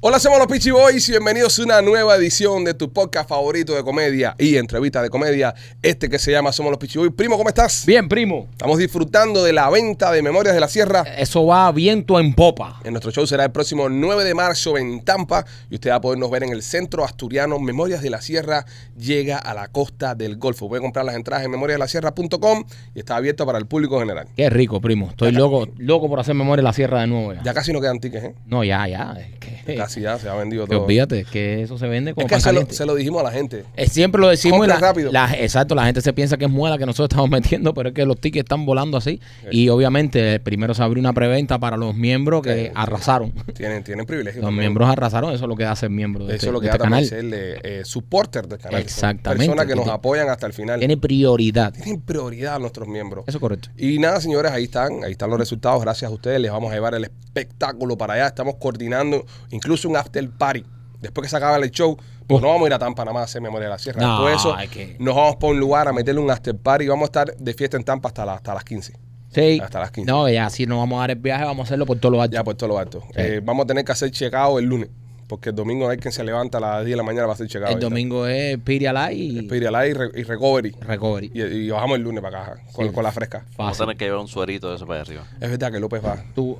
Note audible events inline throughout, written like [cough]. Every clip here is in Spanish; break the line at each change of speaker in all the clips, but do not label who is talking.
Hola, somos los Peachy Boys y bienvenidos a una nueva edición de tu podcast favorito de comedia y entrevista de comedia, este que se llama Somos los Peachy Boys. Primo, ¿cómo estás?
Bien, primo.
Estamos disfrutando de la venta de Memorias de la Sierra.
Eso va viento en popa.
En nuestro show será el próximo 9 de marzo en Tampa y usted va a podernos ver en el Centro Asturiano Memorias de la Sierra llega a la costa del Golfo. Puede comprar las entradas en memoriasdelasierra.com y está abierto para el público general.
Qué rico, primo. Estoy loco, loco por hacer memoria en la sierra de nuevo. Ya.
Ya casi no quedan tickets, ¿eh?
No, ya, ya. Es que,
Casi ya se ha vendido
que
todo.
olvídate, es que eso se vende como
Es que
pan
se lo,
caliente.
se lo dijimos a la gente.
Eh, Siempre lo decimos y
Compra
la,
rápido.
la- exacto, la gente se piensa que es muela que nosotros [laughs] estamos metiendo, pero es que los tickets están volando así. Y obviamente, eh, primero se abrió una preventa para los miembros que
Sí.
arrasaron. [laughs]
Tienen, tienen privilegios.
Los
también.
miembros arrasaron, eso es lo que hace el miembro de
Eso
este,
es lo que
de
da
este
también
canal.
ser eh, eh, supporter del canal. Son
Exactamente.
Personas que
Que
nos
ti-
apoyan hasta el final.
Tiene prioridad.
Tienen prioridad a nuestros miembros.
Eso es correcto.
Y nada, señores, ahí están, ahí están los resultados. Gracias a ustedes, les vamos a llevar el espectáculo para allá. Estamos coordinando incluso un after party. Después que se acaba el show, pues no vamos a ir a Tampa nada más a hacer Memoria de la Sierra.
No,
Después de eso,
es que-
nos vamos para un lugar a meterle un after party y vamos a estar de fiesta en Tampa hasta, la- hasta las 15.
Sí.
Hasta las 15.
No, ya, si no vamos a dar el viaje, vamos a hacerlo por todos los
Ya
altos.
por todo lo alto. Eh, vamos a tener que hacer checado el lunes, porque el domingo hay quien se levanta a las 10 de la mañana para hacer checado.
El domingo es Piri Alay y
Pedir al aire y recovery.
Recovery.
Y, y bajamos el lunes para acá con,
Sí.
con la fresca.
Vamos a
Fácil.
tener que llevar un suerito de eso para arriba.
Es verdad que López va.
Tú,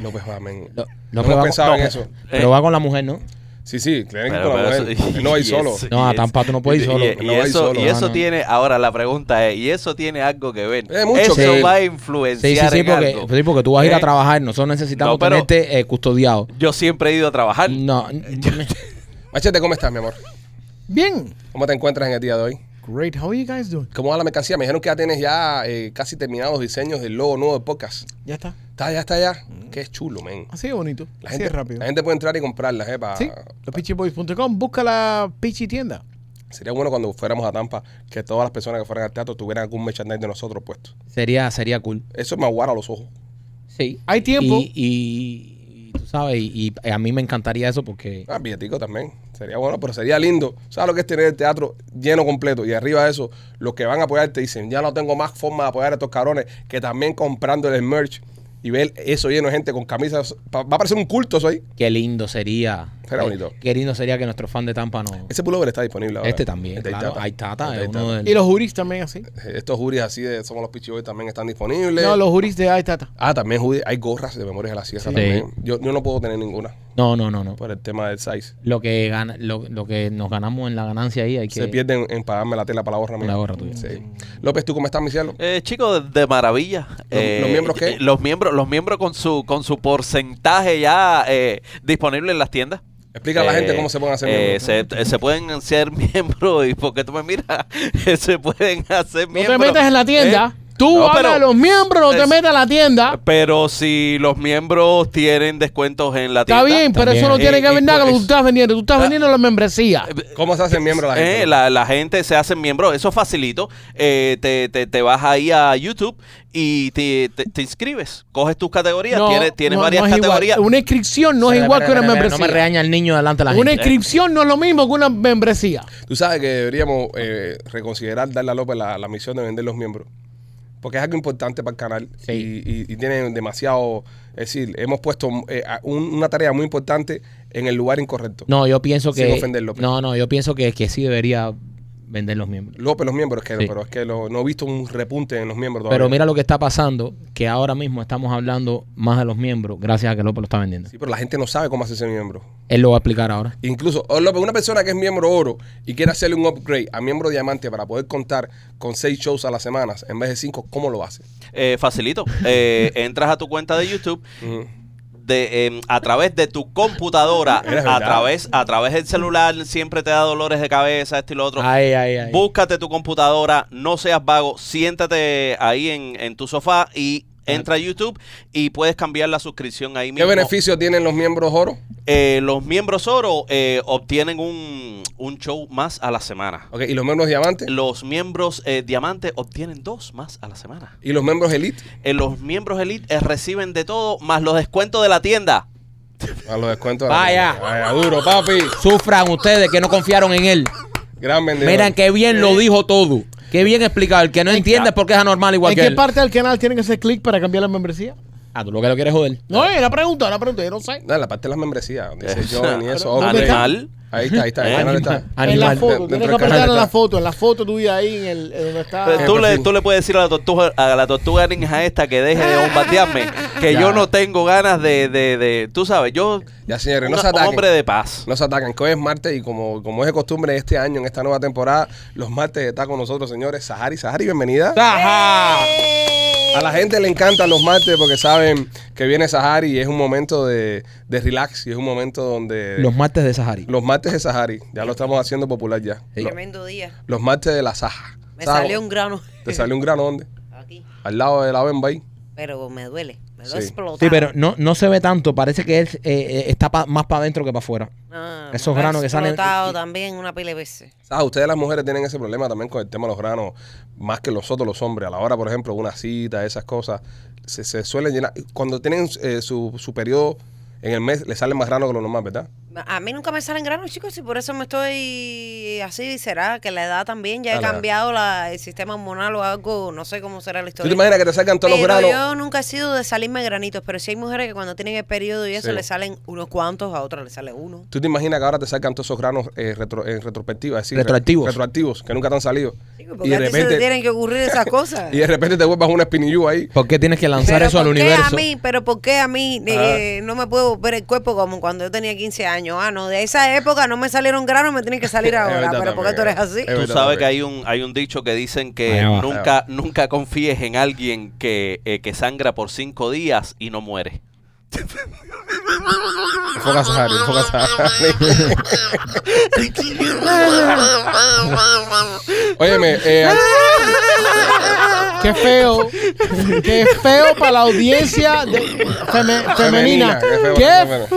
López va, men.
lo,
No
lo
hemos
que va
pensado
con,
en
no,
eso.
Pero va con la mujer, ¿no?
Sí, sí, tienen que ir
Pero-
con la
pero
mujer.
eso-
Él no va a ir
[laughs] y
solo.
eso-
No, a
y
Tampa tú no puedes ir
y-
solo.
Y, y
No va a ir
eso,
solo.
y
No,
eso
no.
tiene, ahora la pregunta es, ¿y eso tiene algo que ver?
Eh, mucho
eso
que ver.
va a
Sí,
influenciar
sí, sí,
en
porque,
algo.
sí, porque tú vas a ir a
¿Eh?
trabajar. Nosotros necesitamos
No, pero-
tenerte eh, custodiado.
Yo siempre he ido a trabajar.
No.
Machete, ¿cómo estás, mi amor?
Bien.
¿Cómo te encuentras en el día de hoy?
Great. How are you guys doing?
¿Cómo va la mercancía? Me dijeron que ya tienes ya eh, casi terminados los diseños del logo nuevo de podcast.
Ya está.
Está ya, está ya. Qué chulo, men.
Así de bonito.
La
así
gente,
de rápido.
la gente puede entrar y comprarlas, ¿eh? pa-
sí. Lospitchyboys.com. Busca la Pichi tienda.
Sería bueno cuando fuéramos a Tampa que todas las personas que fueran al teatro tuvieran algún merchandise de nosotros puesto.
[laughs] sería, sería cool.
Eso me aguara los ojos.
Sí.
Hay tiempo.
Y, y- y tú sabes, y, y a mí me encantaría eso porque.
Ah, billetico también. Sería bueno, pero sería lindo. ¿Sabes lo que es tener el teatro lleno completo? Y arriba de eso, los que van a apoyarte dicen, ya no tengo más forma de apoyar a estos cabrones que también comprando el merch y ver eso lleno de gente con camisas. Pa- Va a parecer un culto eso ahí.
Qué lindo sería.
Será
Eh,
bonito.
Qué lindo sería que nuestro fan de Tampa no.
Ese pullover está disponible ahora.
Este también,
Este
claro. Ahí Tata,
Este
es
hay
uno
Tata.
del-
Y los juris también así.
Estos juris así de Somos los Pichiboy también están disponibles.
No, los juris de Ay Tata.
Ah, también juris. Hay gorras de Memorias de la Sierra
Sí.
también. Yo, yo no puedo tener ninguna
No, no, no, no.
por el tema del size.
Lo que gana, lo, lo que nos ganamos en la ganancia ahí hay que.
Se pierden en pagarme la tela para la gorra mía.
La gorra tuya.
Sí. López, ¿tú cómo estás, mi cielo?
Eh, chicos, de maravilla.
¿Los-
Eh,
los miembros qué?
eh, Los miembros, los miembros con su con su porcentaje ya eh, disponible en las tiendas.
Explica a la
Eh,
gente cómo se pueden hacer
eh,
miembros.
se, se pueden ser [laughs] miembros y porque tú me miras, [laughs] se pueden hacer
No
miembros.
te metas en la tienda.
Eh,
Tú
no,
habla
pero-
de los miembros, no te
es-
metas en la tienda.
Pero si los miembros tienen descuentos en la tienda.
Está bien, pues. pero eso no
También.
tiene que
Eh,
ver
y
nada con lo que
pues-
tú estás vendiendo. Tú estás
Ah.
vendiendo la membresía.
¿Cómo se hacen miembro la gente?
Eh, la, la gente se hace miembro, eso facilito. Eh, te, te, te vas ahí a YouTube y te, te- te inscribes. Coges tus categorías,
No,
tienes, tienes
no,
varias
no es igual.
categorías.
Una inscripción no es
Espera,
igual que
espera,
una
espera, No me
membresía.
regaña el niño delante de la
Una
gente. eh.
inscripción no es lo mismo que una membresía.
Tú sabes que deberíamos eh, reconsiderar darle a López la, la misión de vender los miembros. Porque es algo importante para el canal.
Sí.
Y, y- y tienen demasiado. Es decir, hemos puesto eh, a- un- una tarea muy importante en el lugar incorrecto.
No, yo pienso que.
Sin pues. ofender, López.
No, no, yo pienso que, que sí debería vender los miembros.
López, los miembros, que,
Sí.
pero es que lo- no he visto un repunte en los miembros todavía.
Pero mira lo que está pasando, que ahora mismo estamos hablando más de los miembros gracias a que López lo está vendiendo.
Sí, pero la gente no sabe cómo hacerse miembro.
Él lo va a explicar ahora.
Incluso, oh, López, una persona que es miembro oro y quiere hacerle un upgrade a miembro diamante para poder contar con seis shows a la semana en vez de cinco, ¿cómo lo hace?
Eh, facilito. Eh, entras a tu cuenta de YouTube.
Ujú.
de, eh, a través de tu computadora,
Era verdad.
a través, a través del celular, siempre te da dolores de cabeza, esto y lo otro.
Ay, ay, ay.
Búscate tu computadora, no seas vago, siéntate ahí en, en tu sofá y entra a YouTube y puedes cambiar la suscripción ahí
¿Qué
mismo.
beneficios tienen los miembros oro?
Eh, los miembros oro eh, obtienen un, un show más a la semana.
Ok, ¿Y los miembros diamantes?
Los miembros eh, diamante obtienen dos más a la semana.
¿Y los miembros elite?
Eh, los miembros elite eh, reciben de todo más los descuentos de la tienda.
A los descuentos.
Vaya.
Vaya, duro, papi.
Sufran ustedes que no confiaron en él.
Gran vendedor.
Miren qué bien lo dijo todo. Qué bien explicado. El que no entiende es porque es anormal igual
¿En
que
qué
él.
parte del canal tienen que hacer clic para cambiar la membresía?
Ah, tú lo que lo quieres joder.
No, era pregunta, era pregunta, yo no sé.
No, en la parte de las membresías, donde dice
Eso.
Johnny y eso.
¿Dónde
ok.
está?
Animal.
Ahí está, ahí está. El canal está.
Animal. Animal.
En la foto,
Dentro
tienes
del
que
canal
apretar en
está.
la foto, en la foto tuya ahí en el en donde está.
Ah.
Pero tú,
Eh,
le,
perfil.
tú le puedes decir a la tortuga, a la tortuga ninja esta que deje de bombardearme, que
[laughs] Ya.
yo no tengo ganas de, de, de- tú sabes, yo
Ya, señores, no
una-
se
un
ataquen.
hombre de paz.
Nos atacan, que hoy es martes y como, como es de costumbre este año, en esta nueva temporada, los martes está con nosotros, señores, Sahari. Sahari, bienvenida.
¡Ajá!
A la gente le encantan los martes porque saben que viene Sahari y es un momento de, de relax y es un momento donde...
Los martes de Sahari.
los martes de Sahari, ya lo estamos haciendo popular ya.
Sí.
Los,
Tremendo día.
los martes de la Saja.
Me
¿Sabes?
salió un grano
Te salió un grano, ¿dónde?
aquí,
Al lado de la Bemba ahí.
pero me duele. Me lo
Sí.
he explotado.
Sí, pero no, no se ve tanto. Parece que él eh, eh, está pa- más para adentro que para afuera.
Ah,
esos
me lo he
granos que salen-
explotado también una pila de veces.
Ah, ustedes las mujeres tienen ese problema también con el tema de los granos, más que nosotros los hombres. A la hora, por ejemplo, de una cita, esas cosas, se, se suelen llenar. Cuando tienen eh, su, su periodo en el mes, le salen más granos que lo normal, ¿verdad?
A mí nunca me salen granos, chicos, y por eso me estoy así. ¿Será que la edad también?
Ah,
Ya he
la edad.
cambiado la, el sistema hormonal o algo. No sé cómo será la
¿Tú
historia.
te imaginas que te salgan todos los
Pero
granos?
yo nunca he sido de salirme granitos, pero sí hay mujeres que cuando tienen el periodo y eso
Sí.
le salen unos cuantos, a otras le sale uno.
¿Tú te imaginas que ahora te sacan todos esos granos eh, retro- en retrospectiva? Es decir, re-
Retroactivos.
retroactivos, que nunca te han salido.
Sí,
y,
porque
de
a ti se te
repente,
tienen que ocurrir esas
[laughs]
cosas.
y de repente te vuelvas una espinillú ahí.
¿Por qué tienes que lanzar
Pero
eso al
¿por qué
universo? Ah.
A mí, pero ¿por qué a mí eh, no me puedo ver el cuerpo como cuando yo tenía 15 años? Ah, no, de esa época no me salieron granos, me tienen
[laughs]
que salir
Es
ahora.
verdad
pero ¿por qué tú
también,
eres así?
es
Tú
verdad
sabes que
también.
hay un hay un dicho que dicen
Ahí
que
va.
nunca nunca confíes en alguien que, eh, que sangra por cinco días y no muere.
Enfoca a Sahari, enfoca a Sahari. Óyeme, eh,
Qué
[laughs]
feo. Qué feo para la audiencia de- feme-
Femenina,
femenina.
qué feo,
Qué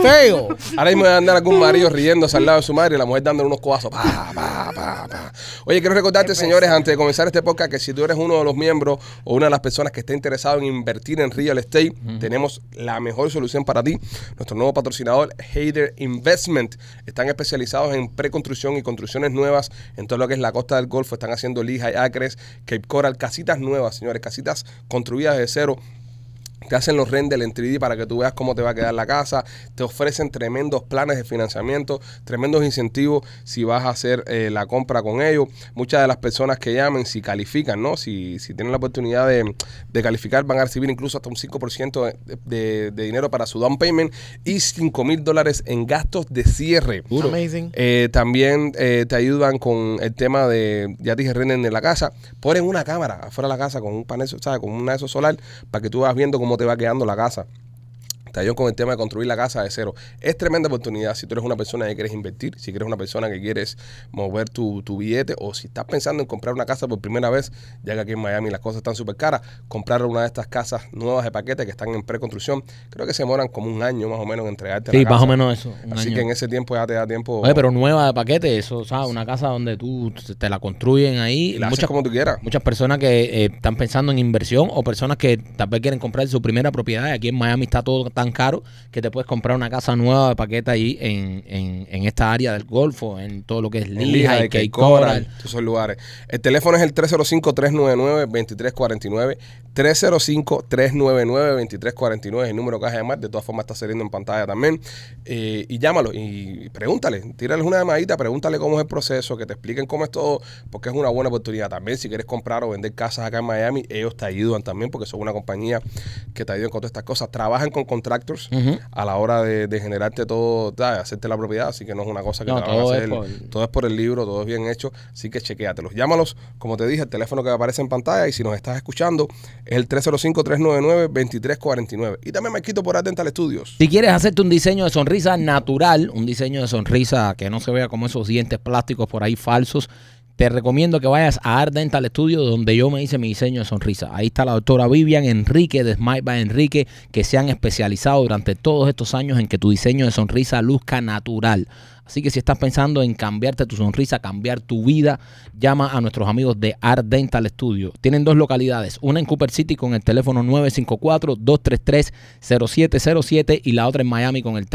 qué
feo.
Ahora mismo va a andar algún marido riéndose al lado de su madre y la mujer dándole unos codazos. Pa, pa, pa, pa. Oye, quiero recordarte, señores, antes de comenzar este podcast, que si tú eres uno de los miembros o una de las personas que está interesado en invertir en real estate, tenemos la mejor solución para ti. Nuestro nuevo patrocinador, Hader Investment, están especializados en preconstrucción y construcciones nuevas en todo lo que es la costa del Golfo. Están haciendo Lija y Acres, Cape Coral, casitas nuevas, señores, casitas construidas de cero. Te hacen los renders en 3D para que tú veas cómo te va a quedar la casa. Te ofrecen tremendos planes de financiamiento, tremendos incentivos si vas a hacer eh, la compra con ellos. Muchas de las personas que llamen, si califican, ¿no? Si, si tienen la oportunidad de, de calificar, van a recibir incluso hasta un 5% de, de- de dinero para su down payment y 5 mil dólares en gastos de cierre.
Amazing.
Eh, también eh, te ayudan con el tema de, ya te dije, renden en la casa. Ponen una cámara afuera de la casa con un panel, so- ¿sabes? Con una de esos solar para que tú vas viendo cómo te va quedando la casa. Te ayudan con el tema de construir la casa de cero. Es tremenda oportunidad si tú eres una persona que quieres invertir, si eres una persona que quieres mover tu, tu billete o si estás pensando en comprar una casa por primera vez, ya que aquí en Miami las cosas están súper caras, comprar una de estas casas nuevas de paquete que están en preconstrucción, creo que se demoran como un año más o menos en entregarte la
Sí, más
casa.
o menos eso. un
Así
año.
que en ese tiempo ya te da tiempo.
Oye, pero nueva de paquete, eso, ¿sabes? Una casa donde tú te- te la construyen ahí.
Y la haces
Muchas,
como tú quieras.
muchas personas que eh, están pensando en inversión o personas que tal vez quieren comprar su primera propiedad. y Aquí en Miami está todo tan caro que te puedes comprar una casa nueva de paquete ahí en, en- en esta área del Golfo, en todo lo que es Lija y Cape Coral.
Todos esos lugares. El teléfono es el 305-399-2349. 305-399-2349 es el número que vas a llamar. De todas formas, está saliendo en pantalla también. Eh, y llámalo y pregúntale. Tírales una llamadita, pregúntale cómo es el proceso, que te expliquen cómo es todo, porque es una buena oportunidad. También, si quieres comprar o vender casas acá en Miami, ellos te ayudan también, porque son una compañía que te ayudan con todas estas cosas. Trabajan con contractors
Ujú.
a la hora de, de generarte todo, ¿sabes? hacerte la propiedad. Así que no es una cosa que
No,
te la van a
todo es
hacer.
por-
Todo es por el libro, todo es bien hecho, así que chequéatelos. Llámalos, como te dije, el teléfono que aparece en pantalla y si nos estás escuchando es el 305-399-2349. Y también me quito por Art Dental Studios.
Si quieres hacerte un diseño de sonrisa natural, un diseño de sonrisa que no se vea como esos dientes plásticos por ahí falsos, te recomiendo que vayas a Art Dental Studio donde yo me hice mi diseño de sonrisa. Ahí está la doctora Vivian Enrique de Smile by Enrique que se han especializado durante todos estos años en que tu diseño de sonrisa luzca natural. Así que si estás pensando en cambiarte tu sonrisa, cambiar tu vida, llama a nuestros amigos de Art Dental Studio. Tienen dos localidades, una en Cooper City con el teléfono 954-233-0707 y la otra en Miami con el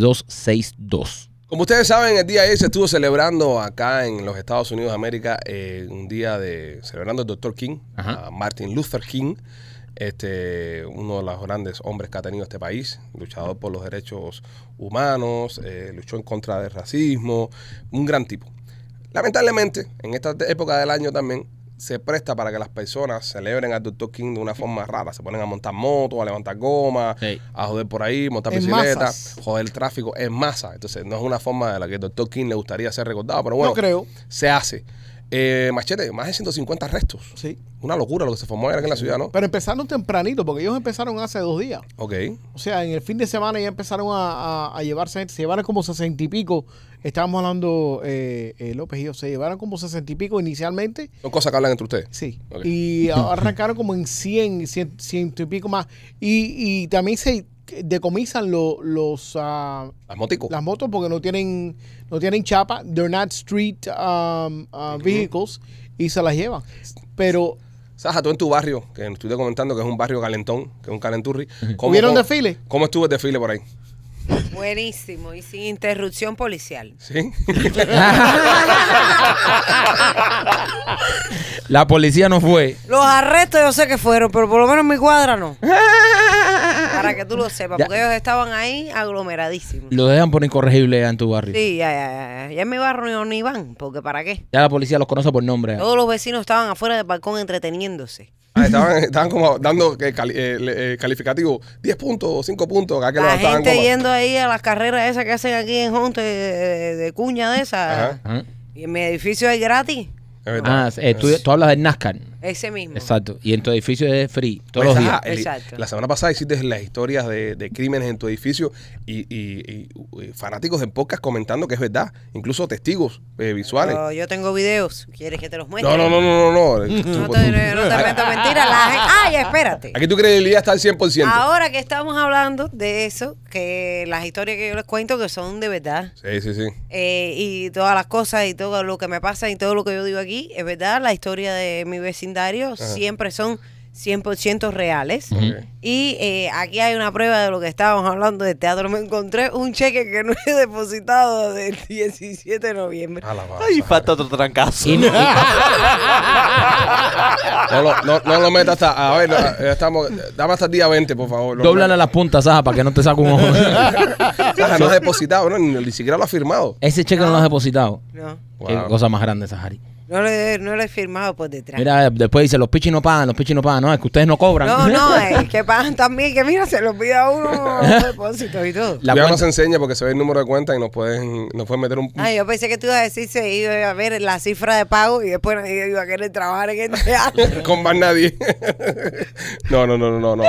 305-922-2262.
Como ustedes saben, el día de ayer se estuvo celebrando acá en los Estados Unidos de América eh, un día de celebrando el Dr. King,
Ajá.
a Martin Luther King. este, uno de los grandes hombres que ha tenido este país, luchador por los derechos humanos, eh, luchó en contra del racismo, un gran tipo. Lamentablemente, en esta te- época del año también se presta para que las personas celebren al Dr. King de una forma rara. Se ponen a montar motos, a levantar goma,
Sí.
a joder por ahí, montar
En
bicicleta,
masas.
joder el tráfico en masa. Entonces, no es una forma de la que el Dr. King le gustaría ser recordado, pero bueno,
No creo.
se hace. Eh, machete, más de 150 arrestos.
Sí.
Una locura lo que se formó aquí en la ciudad, ¿no?
Pero empezaron tempranito, porque ellos empezaron hace dos días.
Ok.
O sea, en el fin de semana ya empezaron a, a- a llevarse, gente. se llevaron como sesenta y pico. Estábamos hablando, eh, eh, López y yo, se llevaron como sesenta y pico inicialmente.
Son cosas que hablan entre ustedes.
Sí.
Ok.
Y arrancaron como en 100, 100, ciento y pico más. Y, y también se decomisan lo- los ah,
Las moticos.
las motos porque no tienen no tienen chapa, they're not street um, uh, vehicles y se las llevan. Pero
Saja, tú en tu barrio, que estuve comentando que es un barrio calentón, que es un calenturri. ¿Cómo,
¿Hubieron
cómo-
desfile?
¿Cómo estuvo el desfile por ahí? [laughs]
Buenísimo y sin interrupción policial.
[laughs]
[laughs]
¿Sí?
La policía no fue.
Los arrestos yo sé que fueron, pero por lo menos en mi cuadra no. Para que tú lo sepas,
Ya.
porque ellos estaban ahí aglomeradísimos.
Lo dejan por incorregible ya en tu barrio.
Sí, ya, ya, ya. Ya en mi barrio ni van, porque ¿para qué?
Ya la policía los conoce por nombre.
Todos los vecinos estaban afuera del balcón entreteniéndose.
Ah, estaban, estaban como dando eh, cali- eh, le- eh, calificativo 10 puntos, 5 puntos. cada que
La
levantaban
gente
goma.
yendo ahí a las carreras esas que hacen aquí en Honte de, de cuña de esas.
Ajá.
Ajá.
Y en mi edificio es gratis.
Es verdad.
Ah, eh, Ah, tú, tú hablas del NASCAR.
Ese mismo.
Exacto. Y en tu edificio es free todos
Pues,
los
ah,
días.
el-
Exacto.
La semana pasada hiciste las historias de, de crímenes en tu edificio y, y- y- y fanáticos de podcast comentando que es verdad, incluso testigos eh, visuales.
Pero yo tengo videos. ¿Quieres que te los muestre?
No, no, no, no, no. no. Tú-
Oh, No
tú-
te, no te meto mentira. La
[laughs]
gen- Ay, espérate.
Aquí tu credibilidad está al 100%.
Ahora que estamos hablando de eso, que las historias que yo les cuento que son de verdad.
Sí, sí, sí.
eh, y todas las cosas y todo lo que me pasa y todo lo que yo digo aquí, es verdad, la historia de mi vecindario siempre son 100% reales.
Ok.
Y eh, aquí hay una prueba de lo que estábamos hablando de teatro. Me encontré un cheque que no he depositado del 17 de noviembre.
A la barra.
Ay, falta otro trancazo.
Y no-
No, lo- no, no lo metas hasta. A ver, no, eh, estamos. Dame hasta el día 20, por favor. No,
Dóblale las puntas, Saja, para que no te saque un ojo.
[laughs] Saja, no has depositado, no, ni, ni siquiera lo has firmado.
Ese cheque no lo has depositado.
No,
Wow.
Qué cosa más grande, Sahari.
no le, no le he firmado por detrás.
Mira, eh, después dice, los pichis no pagan, los pichis no pagan. No, es que ustedes no cobran.
[laughs]
No,
[laughs]
no, eh. es que pagan también, que mira, se los pide a uno los depósitos y todo.
La
ya
cuenta-
nos enseña porque se ve el número de cuenta y nos pueden, nos pueden meter un.
Ay, yo pensé que tú ibas a decir se iba a ver la cifra de pago y después yo iba a querer trabajar en el teatro.
con más nadie. no, no, no, no, no, no.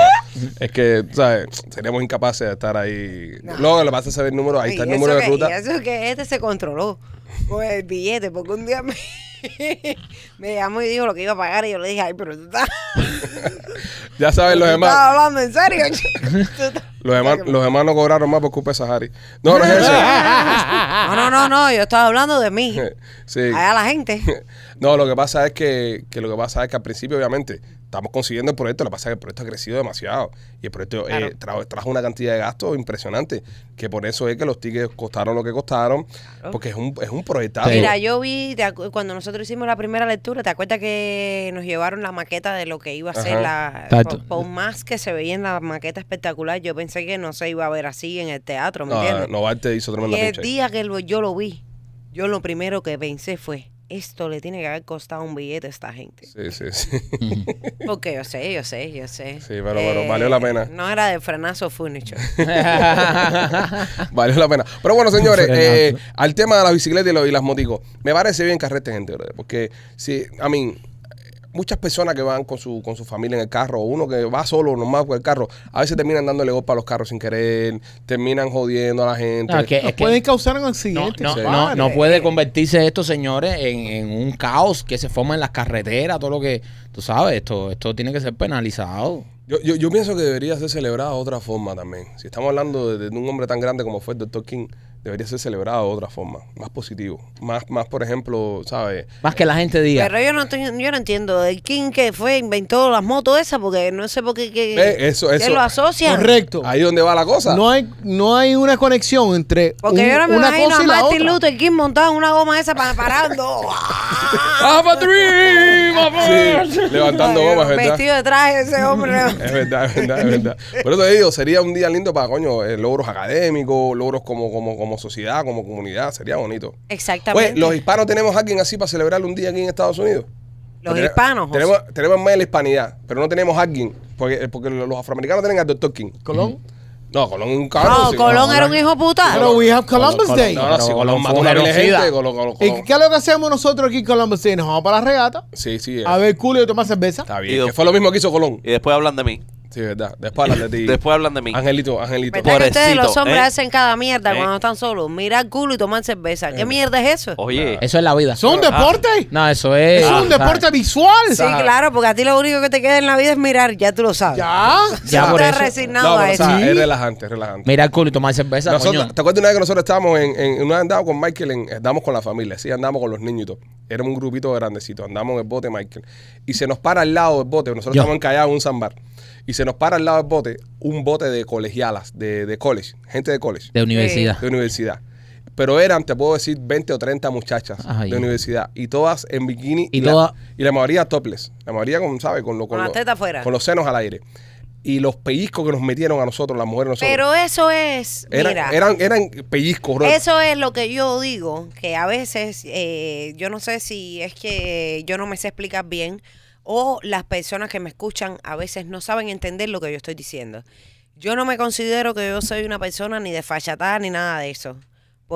Es que, ¿sabes? Seríamos incapaces de estar ahí. Luego le vas a saber el número, [laughs] ahí está el
Y eso
número de
que-
ruta.
y eso que este se controló con el billete, porque un día me, [laughs] me llamó y dijo lo que iba a pagar y yo le dije, ay, pero tú estás,
Ya saben
tú
los
estás
demás.
hablando
[laughs]
en serio, chico. Tú estás-
Los demás, los demás no cobraron más por culpa de Sahari. No,
[laughs]
no es eso.
Ah. No, no, no, no, yo estaba hablando de mí.
Sí.
Allá la gente.
No, lo que pasa es que, que lo que pasa es que al principio, obviamente, estamos consiguiendo el proyecto, lo que pasa es que el proyecto ha crecido demasiado. Y el proyecto eh, tra- trajo una cantidad de gastos impresionante. Que por eso es que los tickets costaron lo que costaron. Porque es un, es un proyectazo.
Sí.
Ah, Mira, yo vi, te acu- cuando nosotros hicimos la primera lectura, ¿te acuerdas que nos llevaron la maqueta de lo que iba a ser la...
Exacto.
Por, por más que se veía en la maqueta espectacular, yo pensé que no se iba a ver así en el teatro, ¿me
no,
entiendes?
Novarte hizo
Y
tremenda
el
pinche ahí.
día que lo- yo lo vi, yo lo primero que pensé fue, esto le tiene que haber costado un billete a esta gente.
Sí, sí, sí. [laughs]
Porque yo sé, yo sé, yo sé. Eh,
Sí, pero- pero valió la pena.
No era de frenazo furniture.
Valió la pena. Pero bueno, señores,
Frenazo.
eh, al tema de las bicicletas y, lo- y las moticos, me parece bien que arresten gente, brother, porque si, a mí, muchas personas que van con su, con su familia en el carro, o uno que va solo normal con el carro, a veces terminan dándole golpe a los carros sin querer, terminan jodiendo a la gente.
[laughs] No, es Ah, que-
nos
es que-
pueden causar un
No,
accidente.
no,
Sí.
no, no puede convertirse esto, señores, en, en un caos que se forma en las carreteras, todo lo que, tú sabes, esto, esto tiene que ser penalizado.
Yo, yo, yo pienso que debería ser celebrado de otra forma también. Si estamos hablando de, de un hombre tan grande como fue el Dr. King, debería ser celebrado de otra forma, más positivo. Más, más por ejemplo, ¿sabes?
Más que la gente diga.
Pero yo no, estoy- yo no entiendo. ¿de ¿Quién que fue inventó las motos esas? Porque no sé por qué que,
Ve, eso-
que
eso.
lo asocian.
Correcto.
Ahí donde va la cosa.
No hay, no hay una conexión entre
Porque
un-
yo no me
una
imagino
cosa
a
y la
Martin
otra.
Luther King montado en una goma esa
[laughs]
para parando.
I'm a dream, of us. Sí, levantando bombas, ¿verdad? Pues,
Vestido de traje
[laughs]
ese hombre.
Es verdad, es verdad, es verdad. Por eso te digo, sería un día lindo para, coño, eh, logros académicos, logros como, como, como sociedad, como comunidad, sería bonito. Oye,
Exactamente.
los hispanos tenemos a alguien así para celebrar un día aquí en Estados Unidos. Pues,
Los
Tenemos-
hispanos, José.
Tenemos, tenemos más de la hispanidad, pero no tenemos a alguien. Porque, porque los afroamericanos tienen al Dr. King.
Colón.
No, Colón es un cabrón.
No,
sí.
Colón era un hijo puta.
Pero we have Columbus
Colón,
Day.
No, no, si
Pero
Colón
Colón
mató
fue un
una pila de
genocida.
gente, Colón, Colón,
¿Y
Colón.
qué es lo que hacemos nosotros aquí en Columbus Day? Nos vamos para la regata,
Sí, sí,
a
eh,
ver culo y a tomar cerveza.
está
Y
bien.
dos-
Que fue lo mismo que hizo Colón.
[laughs] Y después hablan de mí.
Sí, verdad. Después hablan de ti.
[laughs] Después hablan de mí.
Angelito, Angelito.
¿Verdad que ustedes
Pobrecito,
los hombres
¿eh?
hacen cada mierda
¿Eh?
cuando están solos? Mirar culo y tomar cerveza.
Eh.
¿Qué mierda es
Oh,
eso?
Oye,
Eso es la vida.
¿Eso es un deporte?
Ah, No, eso es.
¿Eso es un
ah,
deporte visual?
Sí, claro, porque a ti lo único que te queda en la vida es mirar, ya tú lo sabes.
Ya.
Ya
Tú
por
estás
eso.
resignado
pero,
a
o
eso.
sea, es relajante, es relajante.
Mira el culo y tomar cerveza,
Nosotros-
coño.
¿Te acuerdas una vez que nosotros estábamos en, en una andada con Michael? En, andamos con la familia, sí, andamos con los niños y todo. Éramos un grupito grandecito, andamos en el bote, Michael. Y se nos para al lado del bote, nosotros
Yo.
estamos encallados en un zambar. Y se nos para al lado del bote un bote de colegialas, de, de college, gente de college,
De universidad.
de universidad. Pero eran, te puedo decir, 20 o 30 muchachas
Ay.
de universidad. Y todas en bikini.
Y
la-
todas-
y la mayoría topless. La mayoría, con, ¿sabes? Con, lo,
Con la
lo-
teta afuera.
Con los senos al aire. Y los pellizcos que nos metieron a nosotros, las mujeres, nosotros.
Pero eso es,
Era-
mira,
eran, eran pellizcos, bro.
eso es lo que yo digo, que a veces eh, yo no sé si es que yo no me sé explicar bien o las personas que me escuchan a veces no saben entender lo que yo estoy diciendo. Yo no me considero que yo soy una persona ni desfachatada ni nada de eso.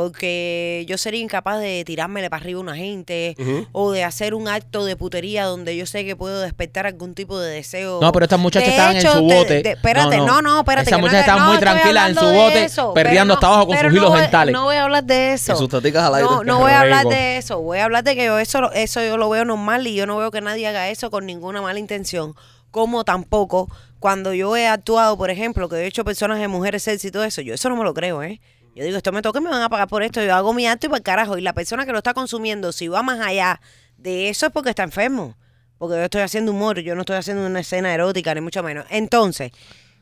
Porque yo sería incapaz de tirármele para arriba a una gente
Ujú.
o de hacer un acto de putería donde yo sé que puedo despertar algún tipo de deseo.
No, pero estas muchachas
De
estaban en
hecho,
su
de-
bote.
de- espérate, no, no, espérate.
Esas
que no
muchachas
te-
estaban
no,
muy
estoy
tranquilas en su
hablando de
bote,
eso, pero
perreando
no-
hasta abajo con
pero
sus
no
hilos
voy-
dentales.
No voy a hablar de eso.
Y sus teticas al aire.
No, no voy a
Rico.
hablar de eso. Voy a hablar de que yo eso, lo- eso yo lo veo normal y yo no veo que nadie haga eso con ninguna mala intención. Como tampoco cuando yo he actuado, por ejemplo, que he hecho personas de mujeres sexy y todo eso, yo eso no me lo creo, ¿eh? Yo digo, esto me toca y me van a pagar por esto. Yo hago mi acto y para el carajo. Y la persona que lo está consumiendo, si va más allá de eso, es porque está enfermo. Porque yo estoy haciendo humor, yo no estoy haciendo una escena erótica, ni mucho menos. Entonces,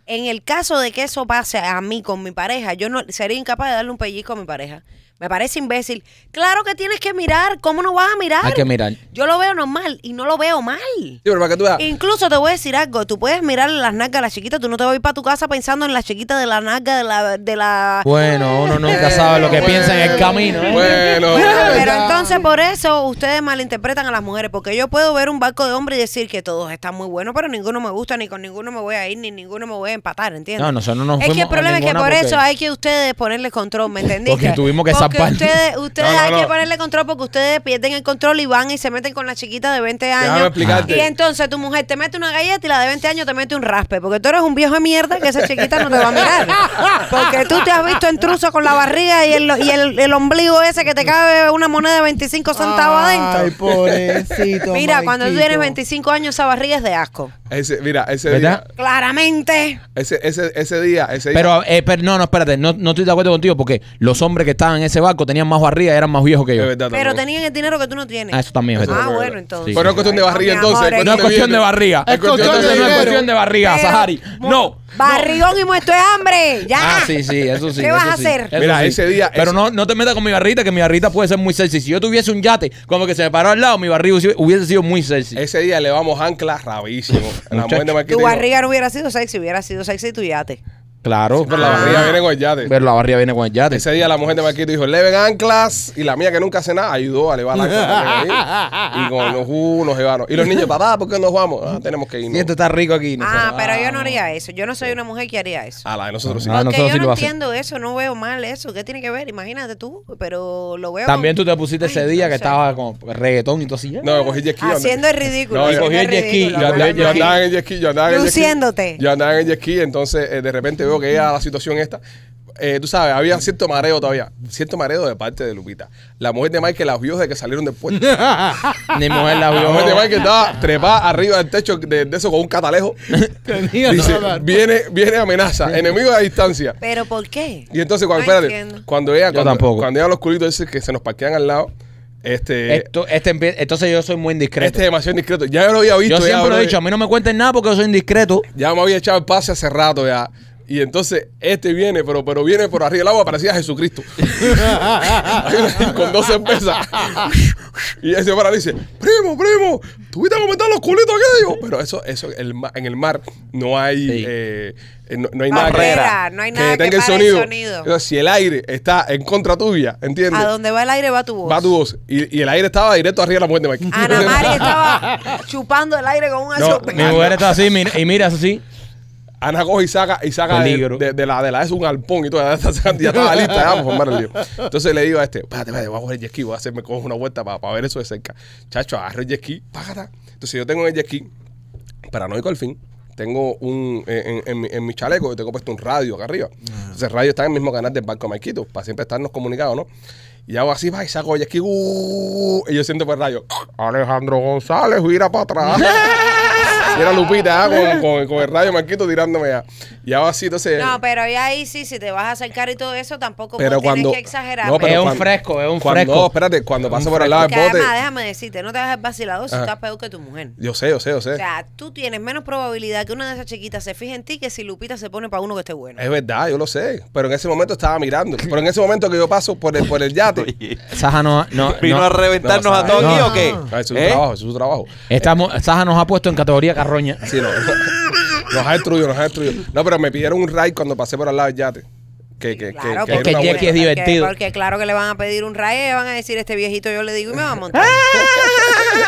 en el caso de que eso pase a mí con mi pareja, yo no sería incapaz de darle un pellizco a mi pareja. Me parece imbécil. Claro que tienes que mirar, ¿cómo no vas a mirar?
Hay que mirar.
Yo lo veo normal y no lo veo mal.
Sí, pero para que tú veas,
Incluso te voy a decir algo, tú puedes mirar las nalgas a la chiquita, tú no te vas a ir para tu casa pensando en la chiquita de la nalga de la de la
Bueno, uno nunca sabe lo que piensa en el camino. ¿eh?
Bueno,
Bueno, pero
ya.
entonces por eso ustedes malinterpretan a las mujeres, porque yo puedo ver un barco de hombres y decir que todos están muy buenos, pero ninguno me gusta, ni con ninguno me voy a ir, ni ninguno me voy a empatar, ¿entiendes?
No, nosotros no nos
Es que el
fuimos a
problema es que
ninguna
por
porque-
eso hay que ustedes ponerle control, ¿me entendiste?
Porque tuvimos que
Porque
zampar. [laughs]
ustedes, ustedes
No, no,
hay que
no.
ponerle control porque ustedes pierden el control y van y se meten con la chiquita de 20
Déjame
años.
explicarte.
Y entonces tu mujer te mete una galleta y la de 20 años te mete un raspe, porque tú eres un viejo de mierda que esa chiquita no te va a mirar.
[laughs]
Porque tú te has visto intruso con la barriga y el, y el, el ombligo ese que te cabe una moneda de 25 centavos
Ay,
adentro.
pobrecito.
[laughs] Mira, cuando tú
Maikito.
tienes 25 años esa barriga es de asco.
ese, mira, ese
¿Verdad?
día,
Claramente.
ese, ese, ese día, ese día.
Pero, eh, pero no, no, espérate, no, no estoy de acuerdo contigo porque los hombres que estaban en ese barco tenían más barriga y eran más viejos que yo.
es verdad
Pero
también.
tenían el dinero que tú no tienes.
Ah, eso también es verdad.
Ah, bueno, entonces.
Sí,
Pero es cuestión de barriga
Ay, mi
entonces.
amor,
No es cuestión de barriga.
Es cuestión
Entonces
de
no es
dinero.
cuestión de barriga,
Pero-
Sahari. No.
Barrigón y muerto de hambre. Ya.
Ah, sí, sí, eso sí.
¿Qué
eso
vas a
sí,
hacer?
eso
Mira,
sí.
ese día-
Pero
ese-
no, no te metas con mi barrita, que mi barrita puede ser muy sexy. Si yo tuviese un yate, como que se me paró al lado, mi barriga hubiese- hubiese sido muy sexy.
Ese día le vamos ancla rabísimo. la mujer de Marquito.
Tu barriga no hubiera sido sexy, hubiera sido sexy tu yate.
Claro.
Pero la
Ah.
barriga viene con el yate.
Pero la barriga viene con el yate.
Ese día la mujer de Marquito dijo, leven anclas. Y la mía que nunca hace nada, ayudó a elevar la ancla. y con los U nos llevaron. Y los niños, papá, ¿por qué nos vamos? Ah, tenemos que
Y
irnos.
esto está rico aquí. no
Ah,
sé.
pero yo no haría eso. Yo no soy una mujer que haría eso.
A la de nosotros sí.
Ah,
Porque
nosotros
yo
sí
no
lo hacemos.
entiendo eso, no veo mal eso. ¿Qué tiene que ver? Imagínate tú, pero lo veo.
También tú
con-
te pusiste ese
Ay,
día
no
que
sé.
estabas con reggaetón y todo así. ¿eh?
No, yo cogí jet ski.
Haciendo el ridículo.
No, yo
haciendo
cogí
el jet ski,
ridículo,
Yo andaba,
hablando
yo
aquí.
andaba en el jet ski, yo andaba en el jet ski.
Luciéndote.
Yo andaba en el jet ski, entonces eh, de repente veo que llega la situación esta. eh, tú sabes, había cierto mareo todavía. Cierto mareo de parte de Lupita. La mujer de Michael las vio desde que salieron del puerto. [laughs]
Ni mujer
La
la
mujer de
vio.
[laughs]
Michael estaba trepada arriba del techo de, de eso con un catalejo.
Tenía
Dice,
nada.
viene, viene amenaza, enemigo a distancia.
¿Pero por qué?
Y entonces, cuando,
No
espérate,
entiendo.
cuando ella,
Yo
cuando,
tampoco.
cuando ella los culitos dice que se nos parquean al lado, este,
Esto- este empie- entonces yo soy muy indiscreto.
este es demasiado discreto. Ya yo lo había visto.
yo
ya,
siempre lo
bro,
he dicho, a mí no me cuenten nada porque yo soy indiscreto.
Ya me había echado el pase hace rato ya. Y entonces este viene, pero, pero viene por arriba del agua, parecía Jesucristo. [laughs] con dos cervezas. [laughs] y ese para dice, primo, primo, tuviste que meter los culitos aquellos. Pero eso, eso el ma- en el mar no hay,
Sí.
eh, eh, no,
Ah,
no hay
Barrera,
nada
no hay nada que pare el sonido.
Entonces, si el aire está en contra tuya, ¿entiendes?
A donde va el aire va tu voz.
Va tu voz. Y, y el aire estaba directo arriba de la muerte de Mike. [laughs]
Ana Mari estaba chupando el aire con un
No,
azúcar.
Mi mujer está así mira- y miras así.
Ana coge y saca, y saca de,
Peligro.
de- de la de la [laughs] es un galpón y todo, ya, está sacando, ya estaba lista, ya vamos a formar el lío. Entonces le digo a este, espérate, espérate, voy a coger el jet ski, voy a hacerme cojo una vuelta para ver eso de cerca. Chacho, agarro el jet ski, págata. Entonces yo tengo en el jet ski, paranoico al fin, tengo un, en, en- en mi- en mi chaleco, yo tengo puesto un radio acá arriba.
Ah.
Entonces el radio está en el mismo canal del barco de Marquito, para siempre estarnos comunicados, ¿no? Y hago así, va, y saco el jet ski, uh, y yo siento por el radio, Alejandro González, gira para
[laughs]
atrás. Y era Lupita, ah, con, con- con el radio Marquito tirándome ya. Y ahora sí, entonces.
No, pero ya ahí sí, si te vas a acercar y todo eso, tampoco
Pero
pues,
cuando-
tienes que exagerar.
no, pero
es un
cuando-
fresco, es un
cuando,
fresco.
No, espérate, cuando pasa por al lado
Porque
del bote.
además, déjame decirte, no te hagas el vacilador si
Ajá.
estás peor que tu mujer.
Yo sé, yo sé, yo sé.
O sea, tú tienes menos probabilidad que una de esas chiquitas se fije en ti que si Lupita se pone para uno que esté bueno.
es verdad, yo lo sé. Pero en ese momento estaba
[laughs]
mirando. Pero en ese momento que yo paso por el, por el yate.
Oye,
Saja no, no,
¿Vino
no-
a reventarnos
No,
a todos
no.
aquí o qué?
Ah, eso es
¿Eh?
su trabajo, eso es su trabajo.
estamos, Saja nos ha puesto en categoría carroña.
Sí, no. [laughs] nos ha destruido, nos ha destruido. No, pero me pidieron un ride cuando pasé por al lado del yate. Que, que, que-
Claro,
que, era
porque
una
Jackie
vuelta.
es divertido.
Porque, claro que le van a pedir un rayo y van a decir, este viejito yo le digo y me va
[laughs]
a montar.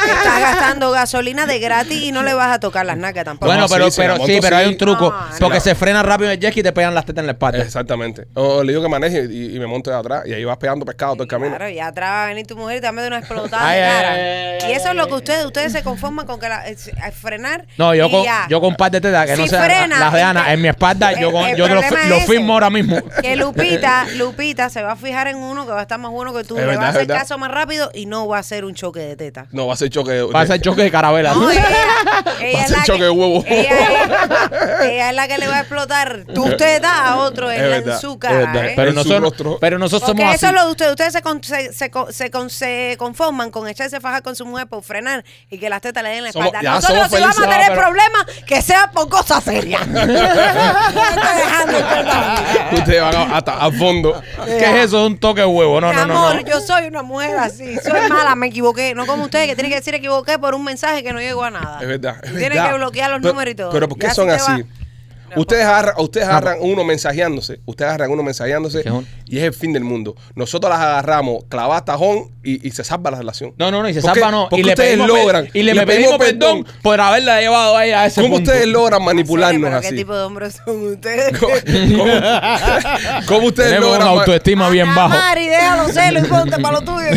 Estás gastando gasolina de gratis y no le vas a tocar las nacas tampoco.
Bueno,
No, sí,
pero,
si
pero
la
sí,
moto
pero hay
sí.
un truco.
No, no.
porque se frena rápido el jet ski y te pegan las tetas en la espalda.
Exactamente. O le digo que maneje y, y me monto de atrás. Y ahí vas pegando pescado todo el camino.
Claro, y atrás va a venir tu mujer y te va a meter una explotada
Ay,
de
ay,
cara.
ay, ay,
y eso es lo
ay,
que ustedes, ustedes se conforman con que la, es- a frenar.
No, yo
y
con,
ya.
yo con par de tetas que no
Si
sean
frena,
las de Ana
entonces-
en mi espalda, yo,
El-
con-
el
yo te lo,
problema
fi- lo
es
firmo
ese.
ahora mismo.
Que Lupita, Lupita se va a fijar en uno que va a estar más bueno que tú,
Es
le
verdad,
va a
es
hacer
verdad.
caso más rápido y no va a ser un choque de teta.
No, va a ser choque. de-
Va a ser choque de carabelas.
No, ella,
[laughs] Va
ella
a
es
ser
la
choque
que,
de huevo.
Ella, es- ella es la que le va a explotar tu teta a otro
Es
en, la- en
verdad,
su
es
cara.
verdad.
¿eh?
pero,
En su
nosotros,
rostro.
pero nosotros
Porque
somos
eso es
así.
lo de ustedes. Ustedes se, con- se, se con- se con- se conforman con echarse faja con su mujer por frenar y que las tetas le den la
Somos-
espalda.
ya
Nosotros
somos
si vamos a
felices.
tener
No, pero-
problemas, que sea por
[laughs]
cosas [laughs] serias. no estoy dejando el perdón.
[laughs] Ustedes van a- hasta al
[laughs]
fondo.
¿Qué es eso? Un toque de huevo. No,
Mi
no, no.
amor,
no.
yo soy una mujer así. Soy mala, me equivoqué. No como ustedes que tienen que decir equivoqué por un mensaje que no llegó a nada.
Es verdad. es
Tienen
verdad.
que bloquear los
Pero-
números y todo.
Pero ¿por qué
Ya si
son
te va-
así? Ustedes agarran, ustedes agarran uno mensajeándose, ustedes agarran uno mensajeándose
¿Qué es uno?
y es el fin del mundo. Nosotros las agarramos, clavas tajón y, y se salva la relación.
No, no, no, y se
¿Por qué?
salva no.
Porque
y le
ustedes
pedimos,
logran.
y le, pedimos perdón, por haberla llevado ahí a ese
¿Cómo
punto.
ustedes logran
Serio,
manipularnos
pero ¿Qué
así?
tipo de hombres son
[laughs]
ustedes?
¿Cómo, cómo- cómo ustedes
Tenemos una
logran? ma-
autoestima bien
Ana
baja.
Mari, déjalo ser, y ponte para lo tuyo. que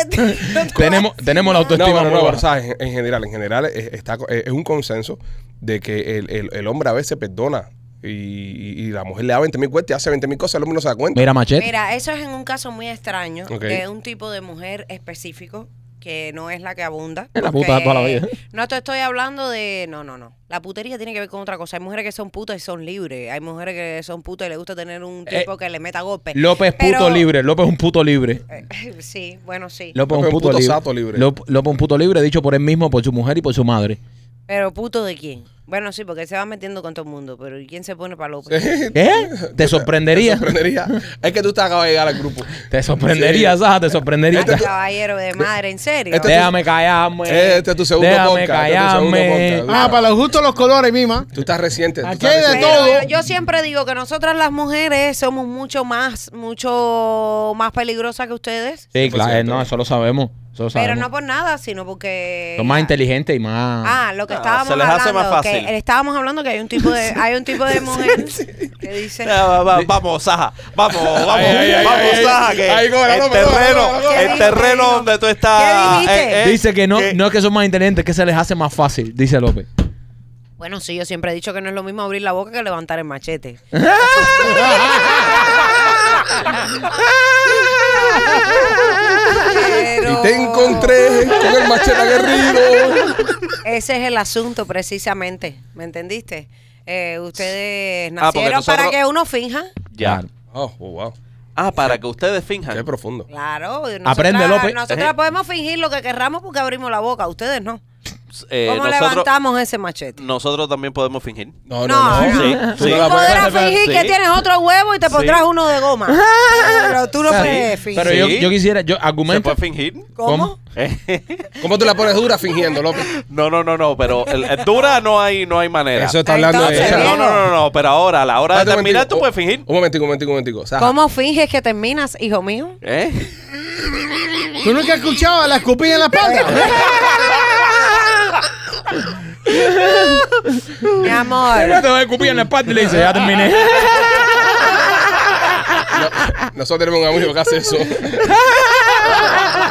[laughs]
[laughs] este.
Tenemos, tenemos la
No,
autoestima
no, no,
muy
pero,
baja.
¿sabes? En, en general, en general es, está, es es un consenso de que el, el- el hombre a veces perdona y, y- y la mujer le da 20 mil cuentas y hace 20 mil cosas, el hombre no se da cuenta.
Mira, Machete.
Mira, eso es en un caso muy extraño
Ok.
de un tipo de mujer específico que no es la que abunda.
Es la puta de toda la vida.
No te estoy hablando de. No, no, no. La putería tiene que ver con otra cosa. Hay mujeres que son putas y son libres. Hay mujeres que son putas y les gusta tener un
Eh,
tipo que le meta golpes.
López puto
Pero-
libre. López un puto libre.
[laughs] Sí, bueno, sí.
López un puto, libre.
sato libre.
Lop- López un puto libre, dicho por él mismo, por su mujer y por su madre.
Pero puto de quién? Bueno, sí, porque se va metiendo con todo el mundo. Pero ¿y quién se pone para López?
¿Qué? ¿Te sorprendería?
sorprendería. Es que tú te acabas de llegar al grupo.
Te sorprendería, Saja, te sorprendería.
Ay, caballero de madre, en serio.
Este-
Déjame callarme.
Este es tu segundo
Déjame
podcast, este es tu segundo
callarme.
podcast.
Ah, para los gustos los colores, mima.
Tú estás reciente. tú
Aquí
estás
hay de
reciente.
Pero
todo.
Yo siempre digo que nosotras las mujeres somos mucho más, mucho más peligrosas que ustedes.
Sí, claro, eh, no, eso lo sabemos. Eso lo
Pero
sabemos.
no por nada, sino porque.
Son más inteligentes y más.
Ah, lo que
Ah,
estábamos
se les hace
hablando,
más
que
fácil.
estábamos hablando que hay un tipo de,
[laughs]
hay un tipo de mujer que dice
Ah, va- va- vamos, Saja. Vamos, vamos,
ay, ay,
vamos,
ay,
Saja.
ay.
Que
Ay, cobra,
el
no, perdona,
terreno,
no, no,
no. ¿Qué
el
dijiste?
terreno donde tú estás. eh,
¿Qué dijiste?
Dice que no,
Eh,
que-
no es que son más inteligentes, que se les hace más fácil, dice López.
[laughs]
Bueno, sí, yo siempre he dicho que no es lo mismo abrir la boca que levantar el machete.
Te encontré con el machete aguerrido.
Ese es el asunto precisamente, ¿me entendiste? Eh, ustedes
Ah, porque
nacieron para
nosotros-
que uno finja.
Ya.
Claro.
Oh, oh, wow.
Ah, para que ustedes
Qué
finjan.
profundo.
Claro, nosotras,
Aprende,
pues.
López.
nosotras podemos fingir lo que querramos porque abrimos la boca, ustedes no.
Eh,
¿Cómo
nosotros,
levantamos ese machete?
nosotros también podemos fingir.
No, no, no.
No,
no.
Tú
Sí,
no
sí.
la puedes-
Podrás
pero-
fingir que
sí.
tienes otro huevo y te pondrás uno de goma.
[laughs]
Pero tú no puedes fingir.
Pero
Sí.
yo, yo quisiera, yo
¿Se
[laughs] argumento.
puede fingir? [laughs]
¿Cómo?
¿Cómo tú la pones dura fingiendo, López?
No, no, no, no, pero el, el dura no hay, no hay manera.
Eso está hablando de
Entonces,
ella.
No, no,
bien.
no, no, no, pero ahora, a la hora de
Espérate un Oh.
terminar,
momentico.
tú puedes fingir.
Un momentico, un momentico, un momentico. Saja,
¿Cómo finges que terminas, hijo mío?
¿Eh?
¿Tú nunca has escuchado a la escupilla en la espalda?
Mi
[laughs]
amor.
Te voy a escupir en la espalda y le dice, ya terminé.
Nosotros tenemos un amigo que hace eso. Le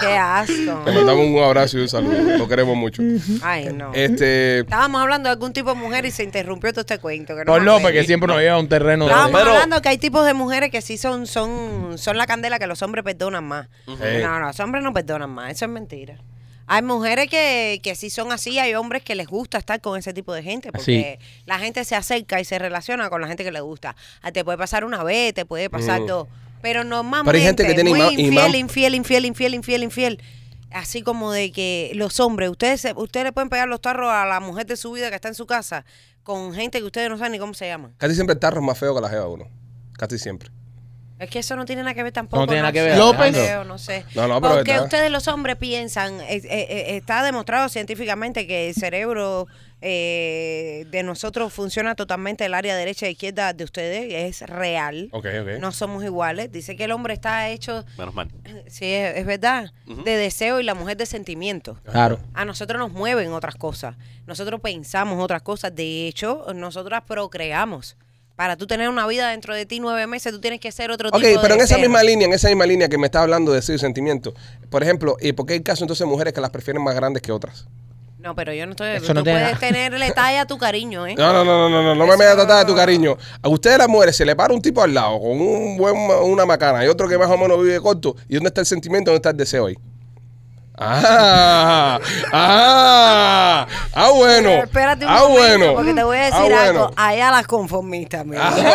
Qué asco.
mandamos un abrazo y un saludo. Lo queremos mucho.
Ay, no.
Este.
Estábamos hablando de algún tipo de mujer y se interrumpió todo este cuento. Que no Ah,
Por
me
López,
acuerdo.
que siempre nos lleva a un terreno. de-
Estábamos
Pero-
hablando que hay tipos de mujeres que sí son, son, son la candela que los hombres perdonan más.
Ey.
No, no, los hombres no perdonan más, eso es mentira. Hay mujeres que, que sí son así, hay hombres que les gusta estar con ese tipo de gente, porque la gente se acerca y se relaciona con la gente que le gusta. Ah, Te puede pasar una vez, te puede pasar dos, pero normalmente
Mm. Pero hay gente que tiene
muy
ima- imán-
infiel, infiel, infiel, infiel, infiel, infiel. Así como de que los hombres, ustedes se- ustedes le pueden pegar los tarros a la mujer de su vida que está en su casa con gente que ustedes no saben ni cómo se llaman.
Casi siempre el tarro es más feo que la jeva de uno. Casi siempre.
Es que eso no tiene nada que ver tampoco.
No tiene nada que
sé,
ver,
No,
López.
creo, no sé.
No, no, pero
Porque
verdad.
ustedes los hombres piensan, eh, eh, eh, está demostrado científicamente que el cerebro eh, de nosotros funciona totalmente el área derecha e izquierda de ustedes, es real.
Ok, ok.
No somos iguales. Dice que el hombre está hecho,
Menos mal.
sí, es, es verdad, de deseo y la mujer de sentimiento.
Claro.
A nosotros nos mueven otras cosas. Nosotros pensamos otras cosas. De hecho, nosotras procreamos. Para tú tener una vida dentro de ti nueve meses, tú tienes que ser otro
Ok,
tipo de
pero en esa
ser.
misma línea, en esa misma línea que me está hablando de deseo y sentimiento, por ejemplo, ¿y por qué hay casos entonces de mujeres que las prefieren más grandes que otras?
No, pero yo no estoy.
Eso
tú
no tiene
puedes
nada.
tenerle talla a tu cariño, ¿eh?
[laughs] No, no, no, no, no, no, no me
Eso-
vayas a tratar de tu cariño. A ustedes las mujeres se le para un tipo al lado con un buen, una macana y otro que más o menos vive corto. ¿Y dónde está el sentimiento? ¿Dónde está el deseo ahí? Ah, [laughs] ah, ah, bueno.
Pero espérate un
ah,
momento,
bueno.
porque te voy a decir
ah,
algo.
bueno.
Allá las conformistas, mira.
[laughs]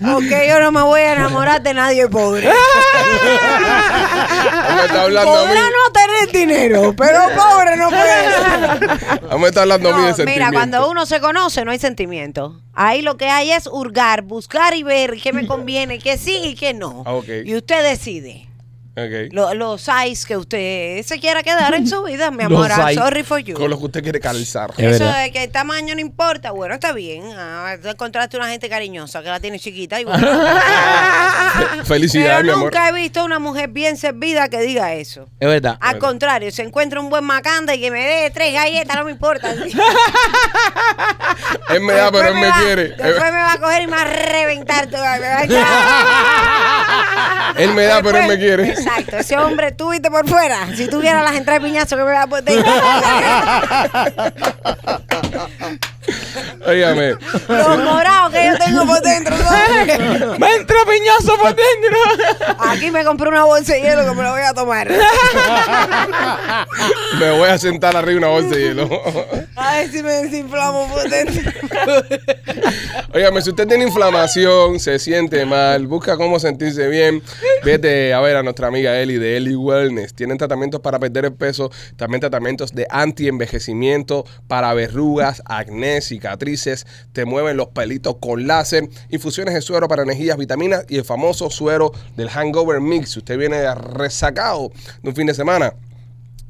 Porque yo no me voy a enamorar de nadie pobre.
Ah, me está hablando a mí.
Podrá no tener dinero, pero pobre no puede
[laughs]
ser.
Ah, me está hablando a mí de
No,
sentimiento.
mira, cuando uno se conoce no hay sentimiento. Ahí lo que hay es hurgar, buscar y ver qué me conviene, qué sí y qué no.
Ah, ok.
Y usted decide.
Ok.
Lo- los size que usted se quiera quedar
[laughs]
en su vida, mi amor.
Los
I'm
size.
sorry for you.
Con lo que usted quiere calzar.
Es
Eso
verdad.
de que el tamaño no importa, bueno, está bien. Ah, tú encontraste una gente cariñosa que la tiene chiquita y
[laughs]
bueno.
Felicidades,
Pero
mi amor.
nunca he visto una mujer bien servida que diga eso.
Es verdad.
Al contrario, se encuentra un buen macanda y que me dé tres galletas, no
[laughs]
me importa.
Él me da, pero
Después
él me
va-
quiere.
Después me va a coger y me va a reventar
[laughs]
todavía.
Él me da, pero él me
Después-
quiere.
Exacto, ese hombre tú viste por fuera. Si tuviera las entradas de piñazo que me va a poner. [laughs]
Óigame.
Los morados que yo tengo por dentro. ¿no?
¡Me entra piñazo
[laughs]
por dentro!
Aquí me compré una bolsa de hielo que me la voy a tomar.
Me voy a sentar arriba de una bolsa de hielo.
[laughs] A ver si me desinflamo por dentro.
Óigame, si usted tiene inflamación, se siente mal, busca cómo sentirse bien, vete a ver a nuestra amiga Eli de Eli Wellness. Tienen tratamientos para perder el peso, también tratamientos de anti-envejecimiento para verrugas, acné, cicatrices, te mueven los pelitos con láser, infusiones de suero para energías, vitaminas y el famoso suero del Hangover Mix. Si usted viene resacado de un fin de semana,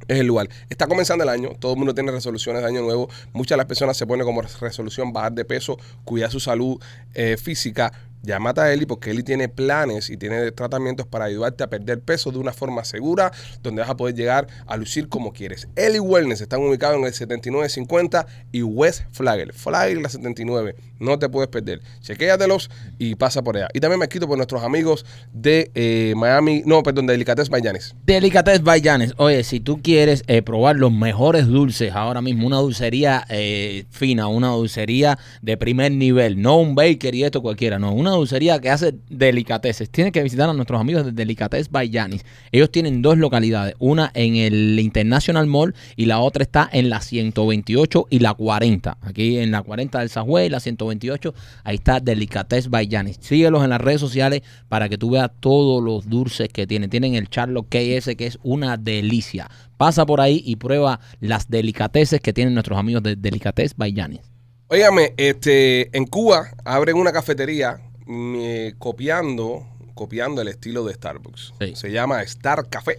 es el lugar. Está comenzando el año, todo el mundo tiene resoluciones de año nuevo. Muchas de las personas se ponen como resolución bajar de peso, cuidar su salud eh, física. Llámate a Eli porque Eli tiene planes y tiene tratamientos para ayudarte a perder peso de una forma segura, donde vas a poder llegar a lucir como quieres. Eli Wellness están ubicados en el 7950 y West Flagler. Flagler la 79. No te puedes perder. Chequéatelos y pasa por allá. Y también me quito por nuestros amigos de eh, Miami, no, perdón, de Delicatessen Bayanes.
Delicatez Bayanes. Oye, si tú quieres eh, probar los mejores dulces ahora mismo, una dulcería eh, fina, una dulcería de primer nivel, no un baker y esto cualquiera, no, una una dulcería que hace delicateces. Tienen que visitar a nuestros amigos de Delicates by Yanis. Ellos tienen dos localidades, una en el International Mall y la otra está en la 128 y la 40. Aquí en la 40 del Sajue y la 128, ahí está Delicates by Yanis. Síguelos en las redes sociales para que tú veas todos los dulces que tienen. Tienen el Charlotte KS que es una delicia. Pasa por ahí y prueba las delicateces que tienen nuestros amigos de Delicates by Yanis.
Óigame, este, en Cuba abren una cafetería mm, eh, copiando, copiando el estilo de Starbucks.
Sí.
Se llama Star Café.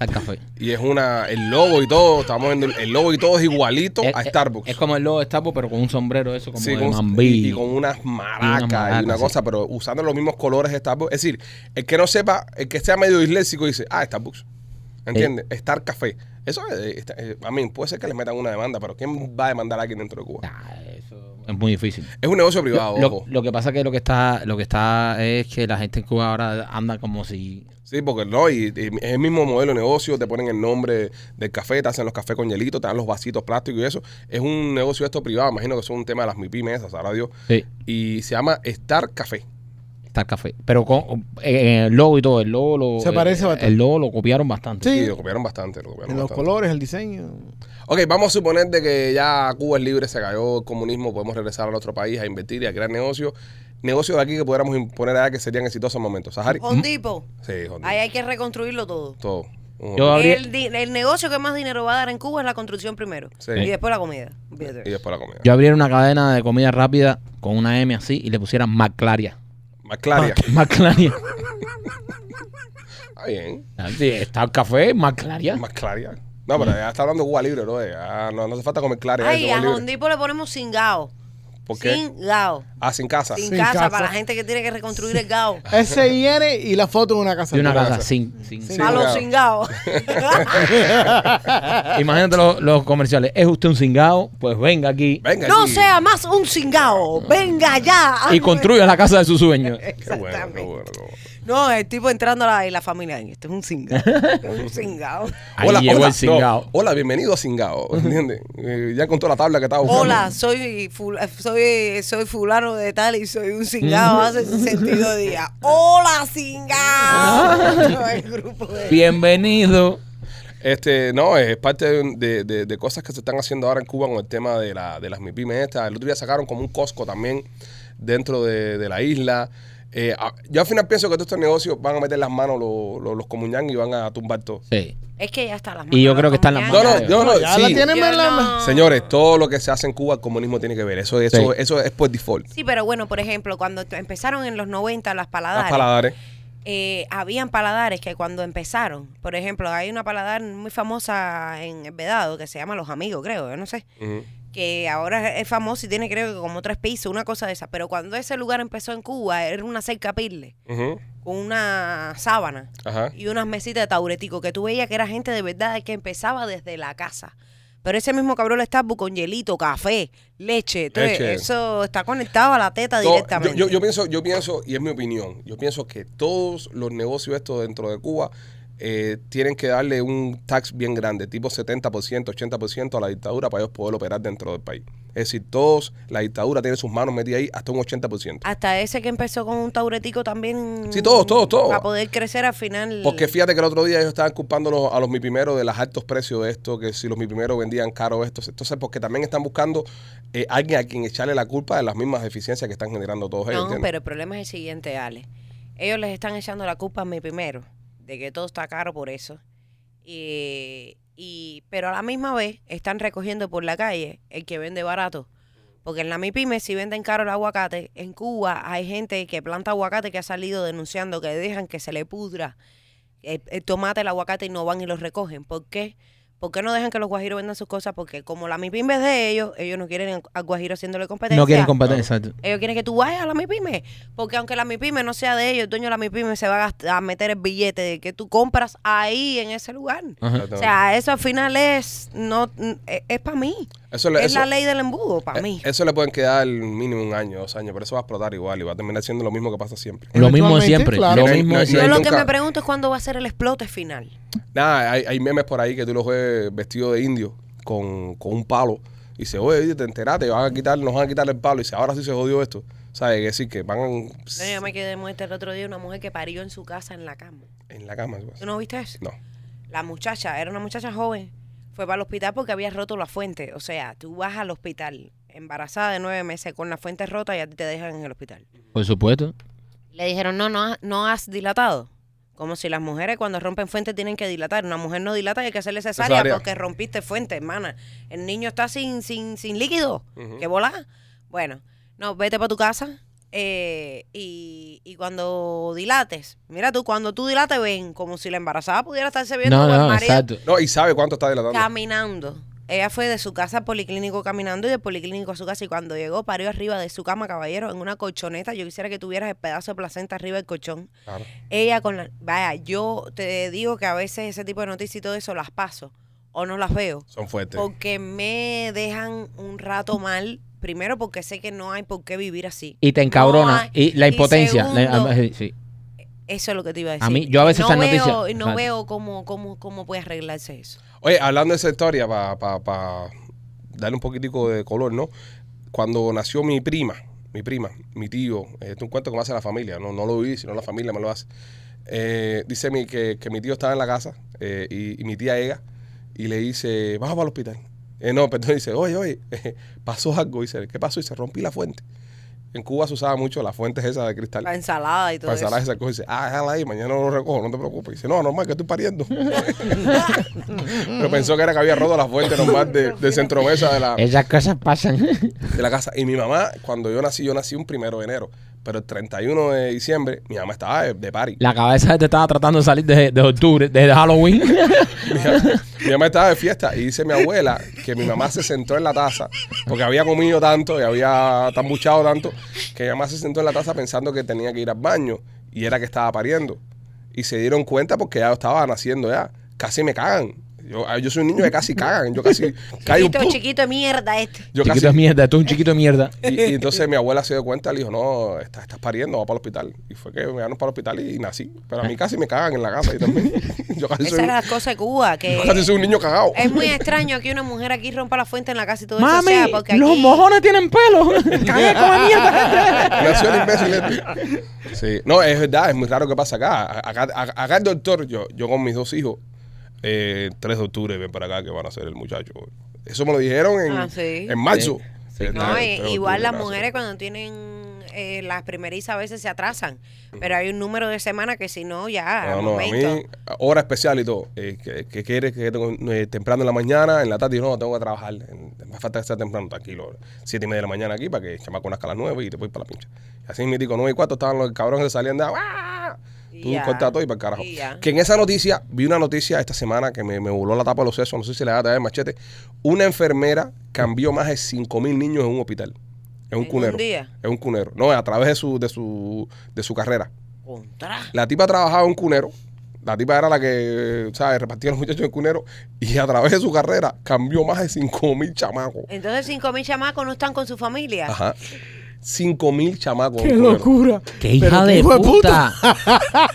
Al café.
Y es una, el logo y todo, estamos viendo, el- el logo y todo es igualito
Es-
a
es-
Starbucks.
Eh, Es, como el logo de Starbucks, pero con un sombrero eso como
Sí,
de
con-
mambí.
y, y con unas maracas y una,
maracas, sí.
cosa, pero usando los mismos colores de Starbucks. Es decir, el que no sepa, el que sea medio disléxico dice, ah, Starbucks. ¿Entiendes? Star Café. Eso, eh, está- eh, a mí, puede ser que les metan una demanda, pero ¿quién va a demandar a alguien dentro de Cuba?
Ah, eso es muy difícil.
Es un negocio privado,
Lo,
Ah, ojo.
lo que pasa que lo que está lo que está es que la gente en Cuba ahora anda como si
Sí, porque no, y, y es el mismo modelo de negocio, te ponen el nombre del café, te hacen los cafés con hielito, te dan los vasitos plásticos y eso. Es un negocio esto privado, imagino que eso es un tema de las MIPIMES, sabrá Dios.
sí,
Y se llama Star Café.
está el café, pero con eh, el logo y todo, el logo lo,
Se parece
el,
bastante.
el logo lo copiaron bastante.
Sí.
Sí.
lo copiaron bastante, lo copiaron
En los
bastante.
colores, el diseño.
Ok, vamos a suponer de que ya Cuba es libre, se cayó el comunismo, podemos regresar a nuestro país a invertir y a crear negocios. Negocios de aquí que pudiéramos imponer allá que serían exitosos momentos. Sahari.
Un tipo.
Sí, joder.
Ahí hay que reconstruirlo todo.
Todo. Ujú.
Yo habría-
El, di- el negocio que más dinero va a dar en Cuba es la construcción primero.
Sí.
Y después la comida. Olvídate.
Y después la comida.
Yo abriera una cadena de comida rápida con una M así y le pusieran Maclaria. [laughs]
McClaria.
Maclaria.
Está bien.
Sí, está el café, Maclaria.
McClaria. No, pero ya está hablando Cuba libre, bro. Ya no, no hace falta comer claria.
Ay,
ya
a
es Cuba
Home
libre.
Depot le ponemos sin gao.
¿Por qué?
Sin gao.
Ah, sin casa.
Sin,
Sin
casa,
casa.
para la gente que tiene que reconstruir el gao.
Ese viene y la foto de una casa.
Y una
Una
casa sin, sin,
Sí,
a los
gao.
sin [laughs] gao.
Imagínate los, los comerciales. ¿Es usted un cingado? Pues venga aquí
Venga.
no
aquí.
sea más un sin gao. Venga ya.
y construya la casa de su sueño.
Qué bueno, qué
Exactamente.
bueno, qué bueno.
No, el tipo entrando a la, y la familia. "Ay, Este es
[laughs]
un cingao. un cingao.
Ahí llegó el cingao.
no, hola, bienvenido a Singao. ¿Entiendes? Eh, ya encontró la tabla que estaba buscando.
Hola, soy, ful- soy, soy fulano de tal y soy un
Mm.
cingao hace 62 días.
[laughs]
Hola, cingao. [laughs] El grupo de-
Bienvenido.
Este, no, es parte de, de- de- de cosas que se están haciendo ahora en Cuba con el tema de, la, de las MIPIMES estas. El otro día sacaron como un Costco también dentro de, de la isla. Eh, a- yo al final pienso que todos estos negocios van a meter las manos los, los, los comuñangos y van a tumbar todo.
Sí.
Es que ya está las
Y yo creo que está en las
No,
manos.
no,
creo.
no, no,
Ya
sí.
la tienen
Yo
en la-
no.
Señores, todo lo que se hace en Cuba, el comunismo tiene que ver. Eso, eso,
Sí.
eso es por default.
Sí, pero bueno, por ejemplo, cuando t- empezaron en los 90 las paladares,
Las paladares.
eh, habían paladares que cuando empezaron, por ejemplo, hay una paladar muy famosa en el Vedado que se llama Los Amigos, creo, yo no sé,
Ujú.
que ahora es famoso y tiene creo que como tres pisos, una cosa de esa, pero cuando ese lugar empezó en Cuba era una cerca pirle
Ujú.
con una sábana
Ajá.
y unas mesitas de tauretico que tú veías que era gente de verdad que empezaba desde la casa. Pero ese mismo cabrón está con hielito, café, leche, todo
Leche.
eso está conectado a la teta
To-
directamente.
Yo, yo- yo pienso, yo pienso, y es mi opinión, yo pienso que todos los negocios estos dentro de Cuba eh, tienen que darle un tax bien grande, tipo 70%, 80% a la dictadura para ellos poder operar dentro del país. Es decir, todos, la dictadura tiene sus manos metidas ahí hasta un 80%.
Hasta ese que empezó con un tauretico también.
Sí, todos, todos, todos.
Para poder crecer al final.
Porque fíjate que el otro día ellos estaban culpando a los- a los mipimeros de los altos precios de esto, que si los mipimeros vendían caro esto. Entonces, porque también están buscando eh, alguien a quien echarle la culpa de las mismas deficiencias que están generando todos ellos.
No,
¿entiendes?
pero el problema es el siguiente, Ale. Ellos les están echando la culpa a mi primero, de que todo está caro por eso. Y, y- pero a la misma vez están recogiendo por la calle el que vende barato. Porque en la MIPYME si venden caro el aguacate. En Cuba hay gente que planta aguacate que ha salido denunciando que dejan que se le pudra el, el tomate, el aguacate y no van y los recogen. ¿Por qué? ¿Por qué no dejan que los guajiros vendan sus cosas? Porque como la MIPYME es de ellos, ellos no quieren al guajiro haciéndole competencia.
No quieren competencia. exacto.
Ellos quieren que tú vayas a la MIPYME, porque aunque la MIPYME no sea de ellos, el dueño de la MIPYME se va a, gast- a meter el billete de que tú compras ahí en ese lugar.
Ajá.
O
Exactamente.
sea, eso al final es no e, es, para mí.
Eso le-
es la
eso-
ley del embudo para
Eh,
mí.
Eso le pueden quedar mínimo un año, dos años, pero eso va a explotar igual y va a terminar siendo lo mismo que pasa siempre.
Lo mismo de
Eventualmente,
siempre.
claro.
Lo mismo
No,
de
Yo
no,
siempre.
lo
nunca-
que me pregunto es cuándo va a ser el explote final.
Nada, hay, hay memes por ahí que tú los ves vestido de indio con, con un palo. Y dice, oye, oye, te enteraste, van a quitar, nos van a quitar el palo. Y dice, ahora sí se jodió esto. ¿Sabes? Que decir, que van
No, yo me quedé muerta el otro día una mujer que parió en su casa en la cama.
en la cama.
¿Tú no viste eso?
No.
La muchacha, era una muchacha joven, fue para el hospital porque había roto la fuente. O sea, tú vas al hospital embarazada de nueve meses con la fuente rota y a ti te dejan en el hospital.
Por supuesto.
Le dijeron, no, no, has- no has dilatado. Como si las mujeres cuando rompen fuente tienen que dilatar. Una mujer no dilata y hay que hacerle cesárea
Cesárea.
porque rompiste fuente, hermana. El niño está sin, sin, sin líquido.
Ujú.
¿Qué volá? Bueno, no, vete para tu casa eh, y, y cuando dilates, mira tú, cuando tú dilates, ven como si la embarazada pudiera estarse viendo
No,
con el
no,
marido
exacto.
No, y sabe cuánto está dilatando.
caminando. Ella fue de su casa al policlínico caminando y del policlínico a su casa. Y cuando llegó, parió arriba de su cama, caballero, en una colchoneta. Yo quisiera que tuvieras el pedazo de placenta arriba del colchón.
Claro.
Ella con la. Vaya, yo te digo que a veces ese tipo de noticias y todo eso las paso o no las veo.
Son fuertes.
Porque me dejan un rato mal. Primero, porque sé que no hay por qué vivir así.
Y te
No
encabrona.
hay-
y la impotencia. la-
segundo,
sí, sí.
eso es lo que te iba a decir.
A mí- yo a veces
no
esas
veo,
noticias-
y No
Vale.
veo cómo, cómo, cómo puede arreglarse eso.
Oye, hablando de esa historia, para darle un poquitico de color, ¿no? Cuando nació mi prima, mi prima, mi tío, eh, esto es un cuento que me hace la familia, no, no lo viví, sino la familia me lo hace. Eh, dice mi, que, que mi tío estaba en la casa eh, y, y mi tía llega y le dice, vamos para el hospital. Eh, no, perdón, dice, oye, oye, [laughs] pasó algo. Dice, ¿qué pasó? Y se rompí la fuente. En Cuba se usaba mucho las fuentes esas de cristal.
La ensalada y todo
Para salar
eso.
esas cosas. Dice, ah, déjala ahí, mañana lo recojo, no te preocupes. Dice, no, normal, que estoy
[laughs]
pariendo. Pero pensó que era que había roto la fuente normal de, de centromesa de la,
Esas cosas pasan. [laughs]
de la casa. Y mi mamá, cuando yo nací, yo nací un primero de enero. Pero el 31 de diciembre, mi mamá estaba de, de party.
la cabeza te estaba tratando de salir de, de octubre, desde
[laughs]
Halloween.
Mi mamá, mi mamá estaba de fiesta y dice mi abuela que mi mamá se sentó en la taza porque había comido tanto y había tambuchado tanto que mi mamá se sentó en la taza pensando que tenía que ir al baño y era que estaba pariendo. Y se dieron cuenta porque ya estaba naciendo ya. Casi me cagan. Yo, ah, yo soy un niño que casi cagan. Yo casi caigo.
Chiquito,
¡pum!
chiquito de mierda este.
Yo
chiquito
casi-
de mierda, tú un chiquito de mierda.
y, y entonces mi abuela se dio cuenta, le dijo, no, estás, estás pariendo, va para el hospital. Y fue que me dieron para el hospital y, nací. Pero a mí casi me cagan en la casa y también. [laughs] Yo casi
Esa
soy,
era la cosa de Cuba, que
[laughs] yo casi soy un niño cagado.
es muy extraño que una mujer aquí rompa la fuente en la casa y todo eso.
Mami,
o sea, porque
los
aquí-
mojones tienen
[laughs]
pelo. Cagué con la mierda.
Nació el imbécil este. Sí. No, es verdad, es muy raro que pasa acá. A- Acá, a- acá el doctor, yo, yo con mis dos hijos, eh, 3 de octubre ven para acá que van a ser el muchacho. Eso me lo dijeron en,
Ah, sí.
en marzo.
Sí.
El
No,
tres-
y-
tres de
igual
octubre,
las
gracias.
mujeres cuando tienen eh, las primerizas a veces se atrasan, pero hay un número de semanas que si no, ya,
No,
al
no, a
Ah, momento.
mí, hora especial y todo. Eh, que, que quieres que tengo, eh, temprano en la mañana, en la tarde, yo, no, tengo que trabajar. En- Me falta estar temprano, tranquilo. Siete y media de la mañana aquí para que el chamaco nazca a las nueve y te voy para la pincha. Y así mi tico, nueve y cuatro estaban los cabrones que salían de ¡Ah! Tú
Ya.
cortas todo y para el carajo.
Y ya.
Que en esa noticia, vi una noticia esta semana que me, me voló la tapa de los sesos, no sé si le da a traer el machete. Una enfermera cambió más de cinco mil niños en un hospital. Es un
¿En un
cunero.
día?
Es un cunero. No, a través de su, de su, de su carrera.
Contra.
La tipa trabajaba en un cunero. La tipa era la que, ¿sabes? Repartía a los muchachos en cunero. Y a través de su carrera cambió más de 5 mil chamacos.
Entonces cinco mil chamacos no están con su familia. Ah,
Ajá. 5 mil chamacos. en
¡Qué
un cunero.
locura!
¡Qué hija de puta!
[laughs]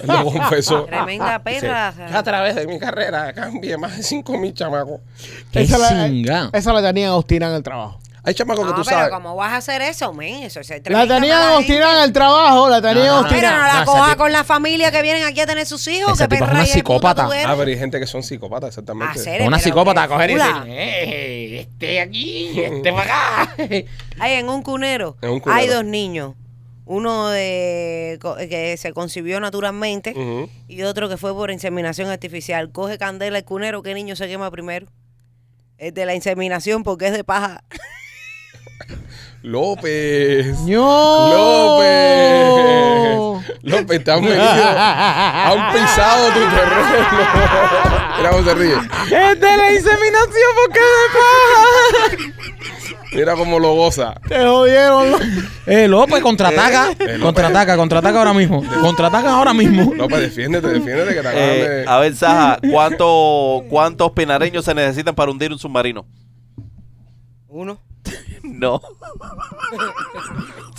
Lo confesó.
Tremenda
Dice,
perra.
"Que a través de mi carrera cambié más de 5 mil chamacos.
[laughs] ¡Qué
esa,
chinga!
la, esa la tenía Agostina en el trabajo.
Hay chamacos
No,
que tú
pero
sabes.
¿cómo vas a hacer eso, men? Eso es
La tenía
Agustina
Agostina en el trabajo, la tenía
No, no,
Pero
Agostina.
no
No,
la
esa
coja
tipa-
con la familia que vienen aquí a tener sus hijos.
Esa tipa
que
es
perra
una
y de puta tú
psicópata. pues.
eres.
Ah, pero hay gente que son psicópatas, exactamente.
Ah, ¿serio?
Una
Pero
psicópata
qué
a coger y
fula.
decir, "Eh, "Ey, este aquí, este para acá.
Hay en un cunero,
En un cunero.
hay dos niños. Uno de co- que se concibió naturalmente
Ujú.
y otro que fue por inseminación artificial. Coge candela el cunero, ¿qué niño se quema primero? El de la inseminación porque es de paja.
López.
¡No!
López. [laughs] López, te han venido.
eh,
Han pisado tu terreno. [laughs] Mira cómo se ríe.
eh, [laughs] ¡Es de la inseminación porque es de
Mira cómo lo goza.
Te jodieron. Eh, López.
paja! Eh, López, contraataca.
López.
Contraataca, contraataca ahora mismo. Contraataca ahora
[laughs]
mismo.
López, pues, defiéndete, defiéndete que te acaban
Eh,
de-
ah,
a ver, Saja, ¿cuánto, ¿cuántos pinareños se necesitan para hundir un submarino? [laughs]
Uno.
No,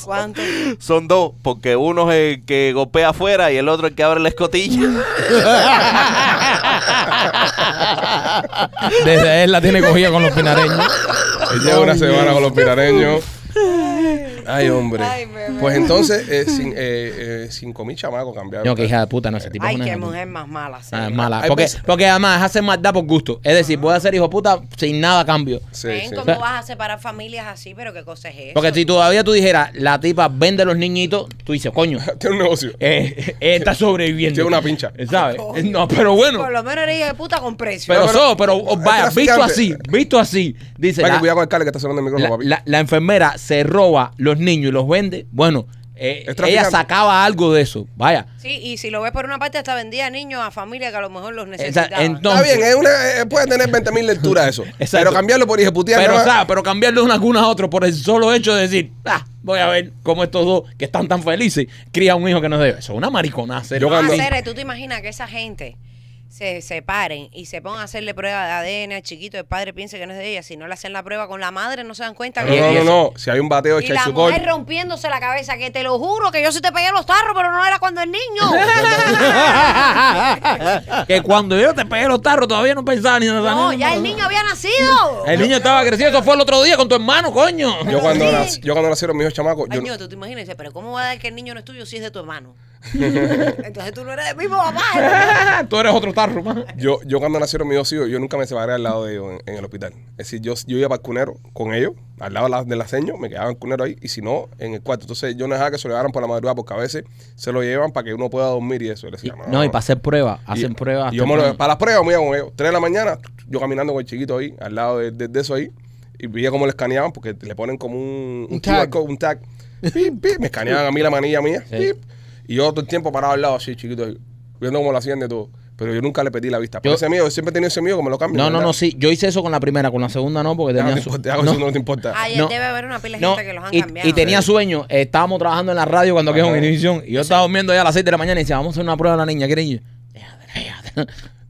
¿Cuánto?
son dos, porque uno es el que golpea afuera y el otro el que abre la escotilla.
Desde él la tiene cogida con los pinareños.
[laughs] Él lleva una semana con los pirareños. Ay, hombre.
Ay, bebé.
pues entonces, eh, sin, eh, eh, cinco mil chamacos cambiaron.
No, que hija de puta, no, ese tipo es
Ay,
una
qué
hija de puta.
mujer más mala.
Ah, es
sí.
mala.
Hay
Porque,
veces-
porque además es hacer maldad por gusto. Es decir, voy a ser hijo de puta sin nada a cambio.
Sí,
Ven,
sí.
¿cómo
O sea-
vas a separar familias así? Pero qué cosa es eso.
Porque si todavía tú dijeras, la tipa vende los niñitos, tú dices, coño,
[laughs] Tiene un negocio.
eh, eh, está sobreviviendo.
Tiene una pincha.
¿Sabes? Eh, No, pero bueno.
Por lo menos eres hija de puta con precio.
Pero,
No, pero-
so, pero oh,
Es
vaya, visto
traficante.
así, visto así, dice "Ah,
Vaya,
la,
que cuidado con el cable que está sonando el micrófono,
la-
papi.
la- la enfermera se roba los niños y los vende. Bueno, eh,
Es
ella
traficante.
sacaba algo de eso. Vaya.
Sí, y si lo ves por una parte, hasta vendía a niños a familias que a lo mejor los
Esa-
necesitaban.
Está bien,
entonces,
es una, eh, puede tener 20 mil lecturas eso.
[laughs] Exacto.
Pero cambiarlo por ejecutivo.
pero, ¿sabes? pero cambiarlo de una cuna a otro por el solo hecho de decir, ah, voy a ver cómo estos dos que están tan felices crían un hijo que no debe. Eso es una mariconaza.
Yo
No,
cuando-
Ah, Cere, tú te imaginas que esa gente se separen y se pongan a hacerle prueba de ADN al chiquito, el padre piensa que no es de ella, si no le hacen la prueba con la madre, no se dan cuenta que
No,
es
no,
de ella.
no, no. Si hay un bateo de
Y la
Chaizucol.
mujer rompiéndose la cabeza, que te lo juro que yo sí te pegué los tarros, pero no era cuando
[laughs]
el niño.
[laughs] que cuando yo te pegué los tarros todavía no pensaba ni nada.
No, ya el niño había nacido.
El niño estaba creciendo, eso fue el otro día con tu hermano, coño.
Yo cuando, nac- yo cuando nacieron mis hijos chamacos,
Ay,
yo,
niño, tú te imaginas, dice, pero ¿cómo va a dar que el niño no es tuyo si es de
[laughs]
tu hermano? Entonces tú no eres del mismo papá.
[laughs] Tú eres otro tarro, man.
[laughs] yo, yo cuando nacieron mis dos hijos, yo nunca me separé al lado de ellos en, en el hospital. Es decir, yo, yo iba para el cunero con ellos, al lado de la, de la seño, me quedaba en el cunero ahí, y si no, en el cuarto. Entonces yo no dejaba que se lo llevaran por la madrugada, porque a veces se lo llevan para que uno pueda dormir y eso. Y le decía,
No, y para hacer pruebas,
Y-
hacen pruebas.
y yo me
temprano.
lo- para las pruebas me iba con ellos. Tres de la mañana, yo caminando con el chiquito ahí, al lado de, de- de eso ahí. Y veía cómo le escaneaban, porque le ponen como un,
Un
QR
tag.
code, un tag. Pip, pip, me escaneaban a mí la manilla mía.
Sí.
pip. Y yo todo el tiempo parado al lado así, chiquito, ahí, viendo cómo lo hacían de todo. Pero yo nunca le pedí la vista. Pero
Yo-
ese miedo, yo siempre he tenido ese miedo que me lo cambian.
No, no,
¿verdad?
no, sí. Yo hice eso con la primera, con la segunda [laughs] no, porque
Ya no te
tenía su-
importa, ya eso no te importa.
Ah,
Ay,
No.
debe haber una pila de
No,
gente que los han
y,
cambiado.
y tenía sueño. Eh, Estábamos trabajando en la radio cuando quedó
Ajá.
en edición Y yo estaba durmiendo ya a las 6 de la mañana y decía, vamos a hacer una prueba a la niña, ¿quieres ir?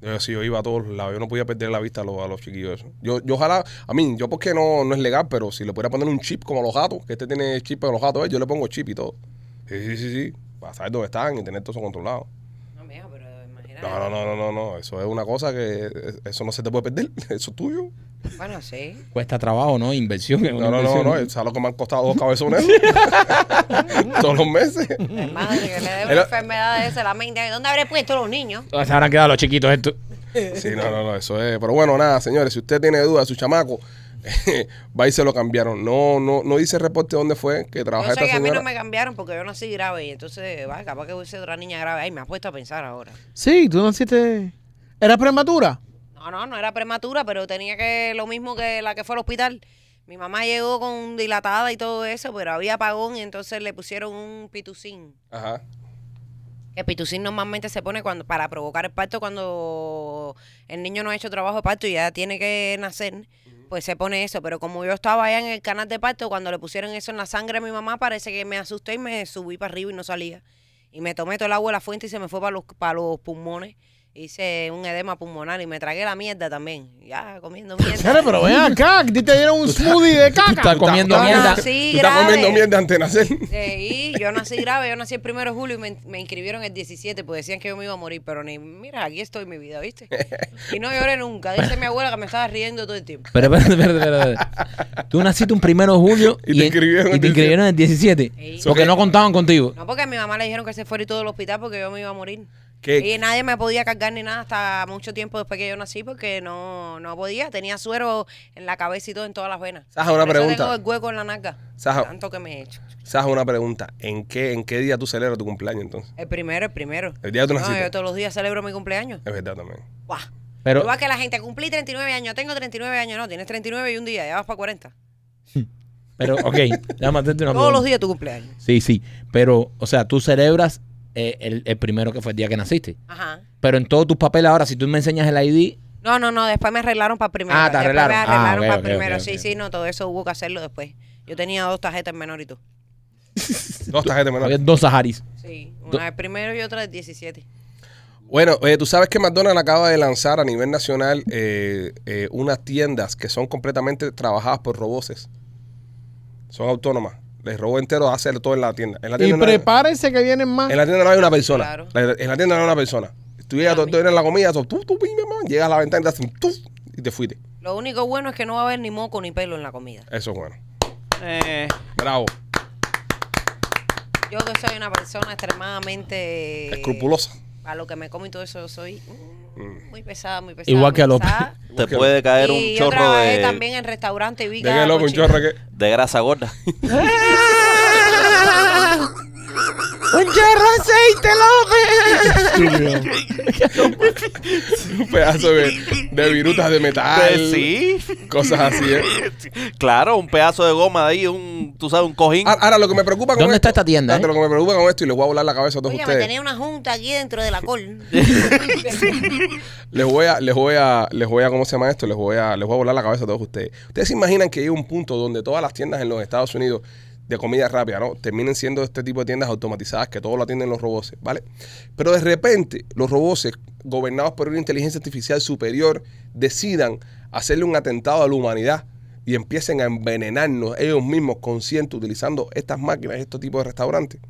Yo sí, yo iba a todos lados. Yo no podía perder la vista a los, a los chiquillos. eso. Yo, yo ojalá, a mí, yo porque no, no es legal, pero si le pudiera poner un chip como a los gatos, que este tiene chip de los gatos, eh, yo le pongo chip y todo. Sí, sí, sí, sí. Para saber dónde están y tener todo eso controlado.
No, mijo, pero imagínate.
No, no, no, no, no, no. Eso es una cosa que eh, eso no se te puede perder. [laughs] Eso es tuyo.
Bueno, sí.
[laughs] Cuesta trabajo, ¿no? Inversión. es una
No, no, no,
inversión.
no. ¿Sabes lo que me han costado
[laughs]
dos cabezones? [laughs] Todos los meses.
Es madre que le dé
El-
una enfermedad de esa, la mente. ¿Dónde habré puesto los niños?
Se habrán quedado los chiquitos
[laughs]
esto.
Sí, no, no, no, eso es. Pero bueno, nada, señores, si usted tiene dudas de su chamaco, [laughs] va y se lo cambiaron. No, no, no dice reporte dónde fue que trabajaba
Yo sé
esta
que a mí
señora.
no me cambiaron porque yo nací grave y entonces, va, capaz que hubiese otra niña grave. Ay, me has puesto a pensar ahora.
Sí, tú naciste. ¿Eras prematura?
No, no, no era prematura, pero tenía que lo mismo que la que fue al hospital. Mi mamá llegó con dilatada y todo eso, pero había apagón y entonces le pusieron un pitucín.
Ajá.
El pitucín normalmente se pone cuando para provocar el parto cuando el niño no ha hecho trabajo de parto y ya tiene que nacer, pues se pone eso. Pero como yo estaba allá en el canal de parto, cuando le pusieron eso en la sangre a mi mamá, parece que me asusté y me subí para arriba y no salía. Y me tomé todo el agua de la fuente y se me fue para los, para los pulmones. Hice un edema pulmonar y me tragué la mierda también. Ya, comiendo mierda.
Claro, pero ven acá, que te dieron un smoothie de
Tú estás
caca.
comiendo
No, no,
mierda.
sí,
Tú estás
grave.
comiendo mierda antes de nacer.
Sí, yo nací grave, yo nací el primero de julio y me, me inscribieron el 17, pues decían que yo me iba a morir, pero ni, mira, aquí estoy mi vida, ¿viste? Y no lloré nunca, dice mi abuela que me estaba riendo todo el tiempo.
Pero espérate, espérate, espérate, espérate. Tú naciste un primero de julio
Y te inscribieron
y
el
te inscribieron el 17.
Sí.
Porque no contaban contigo.
No, porque a mi mamá le dijeron que se fuera y todo al hospital porque yo me iba a morir.
¿Qué?
Y nadie me podía cargar ni nada hasta mucho tiempo después que yo nací porque no, no podía, tenía suero en la cabeza y todo en todas las venas.
Saja, una
Por eso
pregunta.
tengo el hueco en la naca.
Saja.
Tanto que me he hecho.
Sabes una pregunta. ¿En qué, ¿En qué día tú celebras tu cumpleaños entonces?
El primero, el primero.
El día que tú
no,
naciste.
yo todos los días celebro mi cumpleaños.
Es verdad también.
Buah.
Pero,
Igual que la gente, cumplí 39 años, tengo 39 años, no, tienes 39 y un día, ya vas para 40.
pero ok, déjame hacerte una
Todos
pregunta.
los días tu cumpleaños.
Sí, sí. Pero, o sea, tú celebras eh, el, el primero que fue el día que naciste.
Ajá.
Pero en todos tus papeles ahora, si tú me enseñas el ID,
No, no, no, después me arreglaron para primero.
Ah, te
después
arreglaron.
Me
Ah,
arreglaron
ok,
para
ok,
primero.
ok,
sí,
ok.
sí, no, todo eso hubo que hacerlo después. Yo tenía dos tarjetas en menor y tú.
Dos tarjetas
había
menores.
dos Saharis.
Sí,
Do-
una del primero y otra del 17.
Bueno, eh, tú sabes que McDonald's acaba de lanzar a nivel nacional eh, eh, unas tiendas que son completamente trabajadas por roboces. Son autónomas. Les robó entero hacer todo en la tienda. En la
Y
tienda no hay-
prepárense que vienen más.
En la tienda no hay una persona.
Claro.
La- en la tienda no hay una persona. Tú llegas, tú, tú eres la comida, tú, tú, tú, pim, pim, pam, llegas a la ventana y te hacen tú y te fuiste.
Lo único bueno es que no va a haber ni moco ni pelo en la comida.
Eso es bueno.
Eh,
Bravo.
Yo que soy una persona extremadamente...
Eh.
Escrupulosa.
A lo que me como y todo eso, yo soy mm, muy pesada, muy pesada.
Igual
muy
que a López.
pesada.
Te puede caer
y
un
yo
chorro
trabajé
de,
también en restaurante y vi
¿De
cada
qué loco un
cochinada. [laughs]
chorro que? [laughs]
de grasa gorda.
Un pedazo de, de virutas de metal.
Pues [laughs] sí.
Cosas así. ¿eh?
Claro, un pedazo de goma de ahí, un, tú sabes, un cojín.
Ah, Ahora, lo que me preocupa con
¿Dónde está
esto-
esta tienda,
Espérate,
eh?
Lo que me preocupa con esto, y les voy a volar la cabeza a todos
Oye, me
ustedes.
tenía una junta aquí dentro de
[laughs]
la col.
Les voy a, les voy a, les voy a, ¿cómo se llama esto? Les voy a, les voy a volar la cabeza a todos ustedes. Ustedes se imaginan que hay un punto donde todas las tiendas en los Estados Unidos de comida rápida, ¿no? Terminen siendo este tipo de tiendas automatizadas que todo lo atienden los robots, ¿vale? Pero de repente los robots, gobernados por una inteligencia artificial superior, decidan hacerle un atentado a la humanidad y empiecen a envenenarnos ellos mismos conscientes utilizando estas máquinas, estos tipos de restaurantes.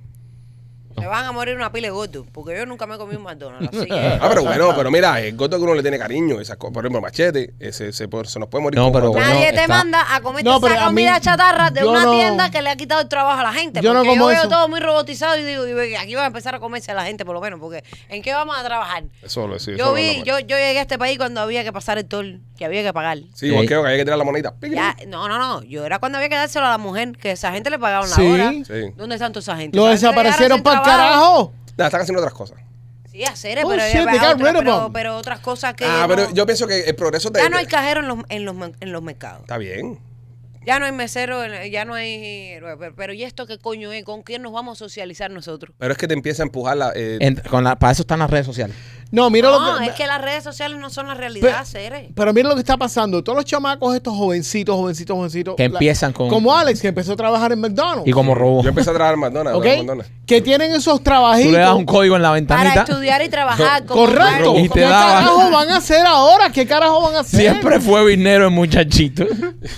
Me van a morir una pila de gordo, porque yo nunca me comí un McDonald's. Así
[laughs]
que...
Ah, pero bueno, pero mira, el goto que uno le tiene cariño, esas cosas, por ejemplo, machete, ese, se, puede- se nos puede morir.
No,
con
pero-
McDonald's.
Nadie
No,
te
está-
manda a comer
No,
esa
pero a mí-
comida chatarra de
yo
una
no-
tienda que le ha quitado el trabajo a la gente.
Yo no
porque
como
yo veo
eso.
todo muy robotizado y digo, y aquí va a empezar a comerse a la gente por lo menos, porque ¿en qué vamos a trabajar?
Eso lo sí, eso
yo
lo
vi,
normal.
yo, yo llegué a este país cuando había que pasar el toll, que había que pagar.
Sí, igual
Ey.
que había que tirar la monedita.
Ya, no, no, no. Yo era cuando había que dárselo a la mujer, que esa gente le pagaban la
Sí.
hora.
Sí.
¿Dónde están toda esa gente?
Lo
Esa gente llegaron
desaparecieron
sin
para el
trabajo.
carajo.
Nah, están haciendo otras cosas.
Sí, hacer,
Oh,
pero,
shit, they got
pero,
rid of
pero,
them.
pero otras cosas que.
Ah,
yo
pero
no-
yo pienso que el progreso de.
Ya no hay cajero en los, en los, mer- en los mercados.
Está bien.
Ya no hay mesero, en- ya no hay. Pero, pero ¿y esto qué coño es? ¿Con quién nos vamos a socializar nosotros?
Pero es que te empieza a empujar la. eh,
En- con la- para eso están las redes sociales.
No, mira lo
No,
que.
es que las redes sociales no son la realidad, Cere.
Pero mira lo que está pasando. Todos los chamacos, estos jovencitos, jovencitos, jovencitos.
Que
la-
empiezan con-
Como Alex, que empezó a trabajar en McDonald's.
Y como robo.
yo empecé a trabajar en McDonald's.
¿Ok?
en McDonald's.
Que tienen esos
Tú
trabajitos.
le das un código en la
Para
ventanita.
estudiar y trabajar. como
Correcto.
Y
Marco.
te
¿Qué
daba-
carajo van a hacer ahora? ¿Qué carajo van a hacer?
Siempre fue vinero el
[laughs]
muchachito.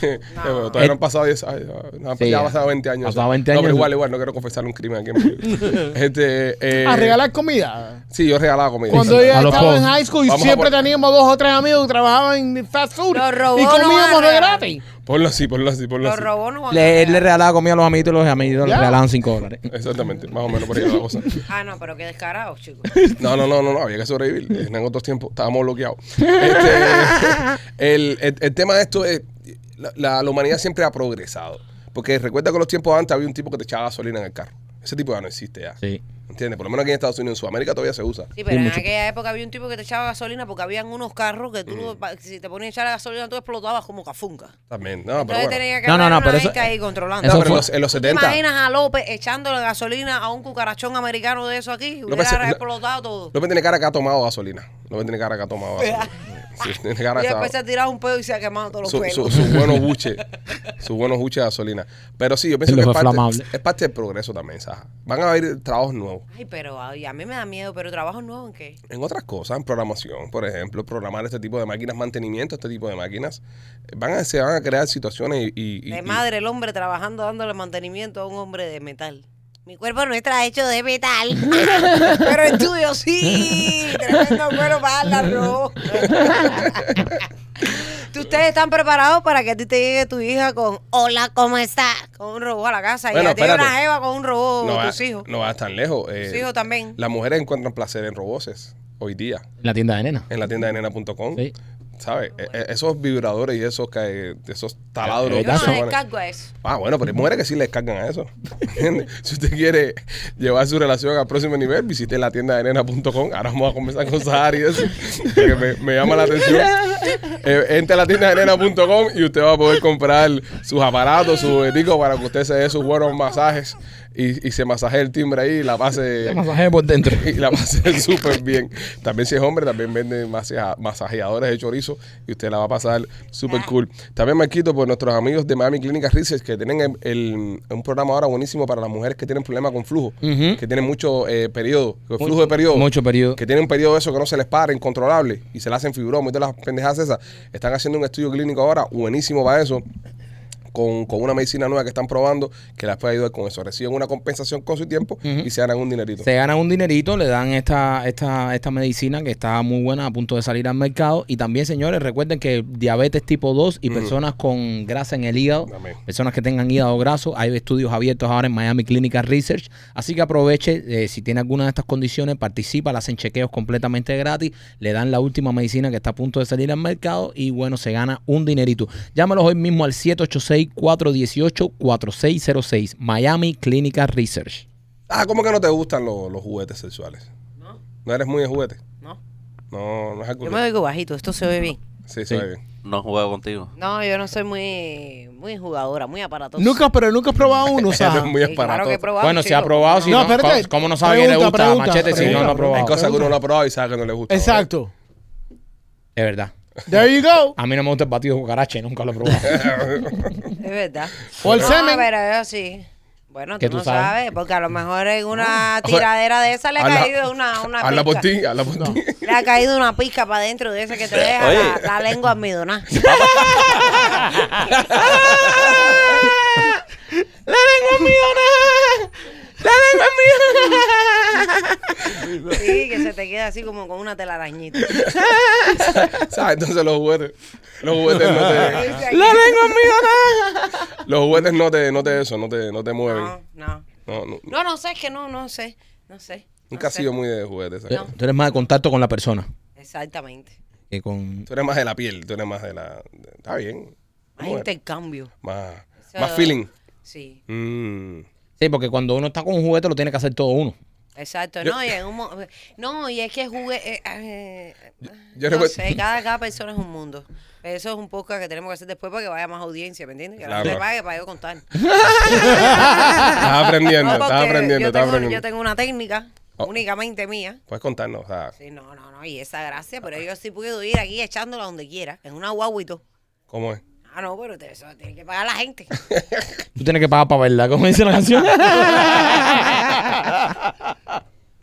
Eh, pero todavía no han pasado 10 años. No, pues
Sí,
ya
ya.
han pasado 20 años.
Pasado 20
No, pero
años.
igual, igual, no quiero confesar un crimen aquí. en- este, eh,
A regalar comida.
Sí, yo regalaba comida.
Cuando
sí.
ella
A los
estaba en
pobres.
high school y
Vamos a
siempre
por-
teníamos dos o tres amigos que trabajaban en fast food.
Los robots
y
no
comíamos
van a
de
regalar.
gratis.
Ponlo así, ponlo así, ponlo
Los
así.
robots no van a
le,
pagar.
le regalaba comida a los amiguitos y los amiguitos
Ya.
le regalaban 5 dólares.
Exactamente, más o menos por ahí va la cosa.
Ah, no, pero qué descarado,
[laughs]
chicos.
No, no, no, no, no, había que sobrevivir.
[laughs]
En otros tiempos estábamos bloqueados. Este, [laughs] el, el- el tema de esto es, la, la- la humanidad siempre ha progresado. Porque recuerda que en los tiempos antes había un tipo que te echaba gasolina en el carro. Ese tipo ya no existe ya.
Sí.
¿Entiendes? Por lo menos aquí en Estados Unidos, en Sudamérica todavía se usa.
Sí, pero en
mucho.
aquella época había un tipo que te echaba gasolina porque habían unos carros que tú, pa- si te ponías a echar gasolina, tú explotabas como cafunca.
También. No, Mm. pero
Entonces
bueno.
tenía que
No, no,
haber
no,
una
pero eso-
gente ahí
No,
controlando.
Eso
pero en
fue-
los, en los
¿Te
70.
imaginas a López echándole gasolina a un cucarachón americano de eso aquí? Hubiera
se-
explotado todo.
López tiene cara que ha tomado gasolina. López tiene cara que ha
[laughs]
tomado gasolina. Sí, tiene cara
y
que ha-
después se ha tirado un pedo y se ha quemado todos los
su,
pelos.
su, su
[laughs]
buenos buches, su buenos buches de gasolina. Pero sí, yo pienso
El
que es
ojo
parte,
inflamable.
es parte del progreso también, Saja. Van a haber trabajos nuevos.
Ay, pero ay, a mí me da miedo, pero trabajo nuevo en qué?
En otras cosas, en programación, por ejemplo, programar este tipo de máquinas, mantenimiento, este tipo de máquinas, eh, van a, se van a crear situaciones y... y- y-
De madre el hombre trabajando dándole mantenimiento a un hombre de metal. Mi cuerpo no está hecho de metal,
[laughs]
pero el tuyo sí. Tremendo cuero para
[laughs]
la ropa. ¿Tú- Ustedes están preparados para que a ti te llegue tu hija con hola, ¿cómo está? Con un robot a la casa.
Bueno,
y a ti una
espérate.
jeva con un robot,
no,
tus
vas,
hijos.
no vas tan lejos. eh,
tus hijos también.
Las mujeres encuentran placer en roboces hoy día,
La tienda de nena.
en la tienda de nena.com.
Sí.
¿Sabes? Eh, eh, esos vibradores y esos, que- esos taladros.
Eh,
Yo no
que se
me
ponen-
descargo a eso.
Ah, bueno, pero hay mujeres que sí le descargan a eso. ¿Entiendes? si usted quiere llevar su relación al próximo nivel, visite la tienda de nena.com. Ahora vamos a conversar con Sahari y eso, porque me, me llama la atención. Eh, entre a la tienda de nena.com y usted va a poder comprar sus aparatos, sus jugueticos para que usted se dé sus buenos masajes y, y se masaje el timbre ahí y la pase,
Masaje por dentro.
[laughs] y la pasé súper bien. También si es hombre, también venden masea- masajeadores de chorizo y usted la va a pasar súper cool. También me quito por nuestros amigos de Miami Clinic Research que tienen el- el- un programa ahora buenísimo para las mujeres que tienen problemas con flujo,
Ujú.
que tienen mucho eh, periodo, con flujo de periodo.
Mucho periodo.
Que tienen un periodo de eso que no se les para, incontrolable, y se le hacen fibroma y todas las pendejadas esas. Están haciendo un estudio clínico ahora buenísimo para eso con, con una medicina nueva que están probando que las puede ayudar con eso. Reciben una compensación con su tiempo y se ganan un dinerito.
Se ganan un dinerito, le dan esta, esta, esta medicina que está muy buena, a punto de salir al mercado. Y también, señores, recuerden que diabetes tipo 2 y personas con grasa en el hígado,
Amén.
personas que tengan hígado graso, hay estudios abiertos ahora en Miami Clinical Research. Así que aproveche, eh, si tiene alguna de estas condiciones, participa, le hacen chequeos completamente gratis, le dan la última medicina que está a punto de salir al mercado y bueno, se gana un dinerito. Llámalos hoy mismo al 786-418-4606, Miami Clinical Research.
Ah, ¿cómo que no te gustan los, los juguetes sexuales?
No,
¿No eres muy de juguete?
no.
No, no es algo.
Yo me oigo bajito, esto se ve bien.
Sí,
Sí.
se ve bien.
No juego contigo.
No, yo no soy muy, muy jugadora, muy aparatosa. Ah,
Nunca, pero nunca has probado
[laughs]
uno, o sea.
Es muy
Sí, claro que he
esparatoso.
probado,
Bueno, si
chico.
ha probado, si
No,
no,
espérate.
¿cómo- ¿cómo no sabe que le
Pregunta,
gusta
pregunta,
machete si no
pregunta,
lo ha
Hay
probado?
cosas que uno no ha probado y sabe que no le gusta.
Exacto.
Es verdad.
There you go.
A mí no me gusta el batido de cucaracha y nunca lo he probado.
Es verdad.
O el
no,
semen.
pero yo sí. Bueno,
¿Qué tú
tú, no
sabes?
sabes? porque a lo mejor en
Ah,
una tiradera de esa le ha
Habla-
caído una, una
Habla por
pizca.
ti, habla por ti. [laughs]
Le ha caído una pizca para adentro de esa que te deja
Oye.
la, la lengua almidonada. Sí, que se te queda así como con una telarañita.
¿Sabes? Entonces los juguetes, los juguetes no te,
[laughs]
los juguetes no te, no te eso, no te, no te mueven.
No, no.
No, no,
Ah. No, no sé, es que no, no sé. No sé. no
nunca has
sé.
sido muy de juguetes. ¿sabes?
[laughs] Tú eres más de contacto con la persona
Exactamente.
que con...
Tú eres más de la piel, tú eres más de la, de- está bien.
Hay
Bueno,
intercambio.
más,
Eso-
más feeling.
Sí,
Mm.
Sí, porque cuando uno está con un juguete lo tiene que hacer todo uno.
exacto.
Yo-
No, y, en un mo- no, y es que jugué. eh, eh,
yo
no
recuerdo-
sé, cada, cada persona es un mundo. Eso es un podcast que tenemos que hacer después para que vaya más audiencia, ¿me entiendes? Que la
Claro.
gente pague para
[laughs]
yo contar.
Estás aprendiendo,
No,
estás
porque
aprendiendo,
yo,
estás
tengo, yo
aprendiendo.
tengo una técnica
Oh.
únicamente mía.
Puedes contarnos, o sea,
Sí, no, no, no, y esa gracia, pero yo sí puedo ir aquí echándola donde quiera, en una guaguito.
¿cómo es?
Ah, no, pero te- eso tiene que pagar
[laughs]
la gente.
Tú tienes que pagar para verla, como dice la
[laughs]
canción. [laughs]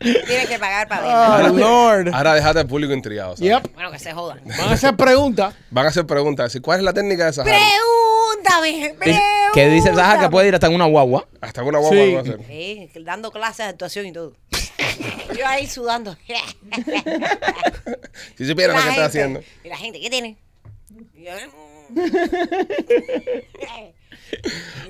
Tienes que pagar para verla.
Ah,
Oh, Lord.
[laughs] Ahora dejate al público intrigado. ¿sabes?
Yep. Ah,
Bueno, que se jodan.
Van a hacer preguntas.
Van a hacer preguntas. así, ¿Cuál es la técnica de esa?
Pregúntame, pregúntame.
que dice Saja que puede ir hasta en una guagua.
Hasta una guagua
Sí.
va a hacer.
Sí, Eh, dando clases de actuación y todo. [laughs] Yo ahí
[laughs]
sudando.
Si supieras lo que estás haciendo.
Y la gente, ¿qué tiene? Y yo, mm.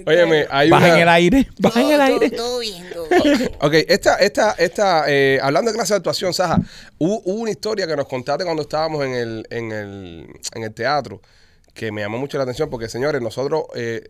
Óyeme, hay
Baja en el
una...
aire. [laughs] Baja en
todo,
el
todo-
aire.
todo bien, todo bien.
[laughs]
Ok, esta, esta, esta, eh, hablando de clase de actuación, Saja, hubo, hubo una historia que nos contaste cuando estábamos en el, en el, en el teatro que me llamó mucho la atención porque, señores, nosotros, eh,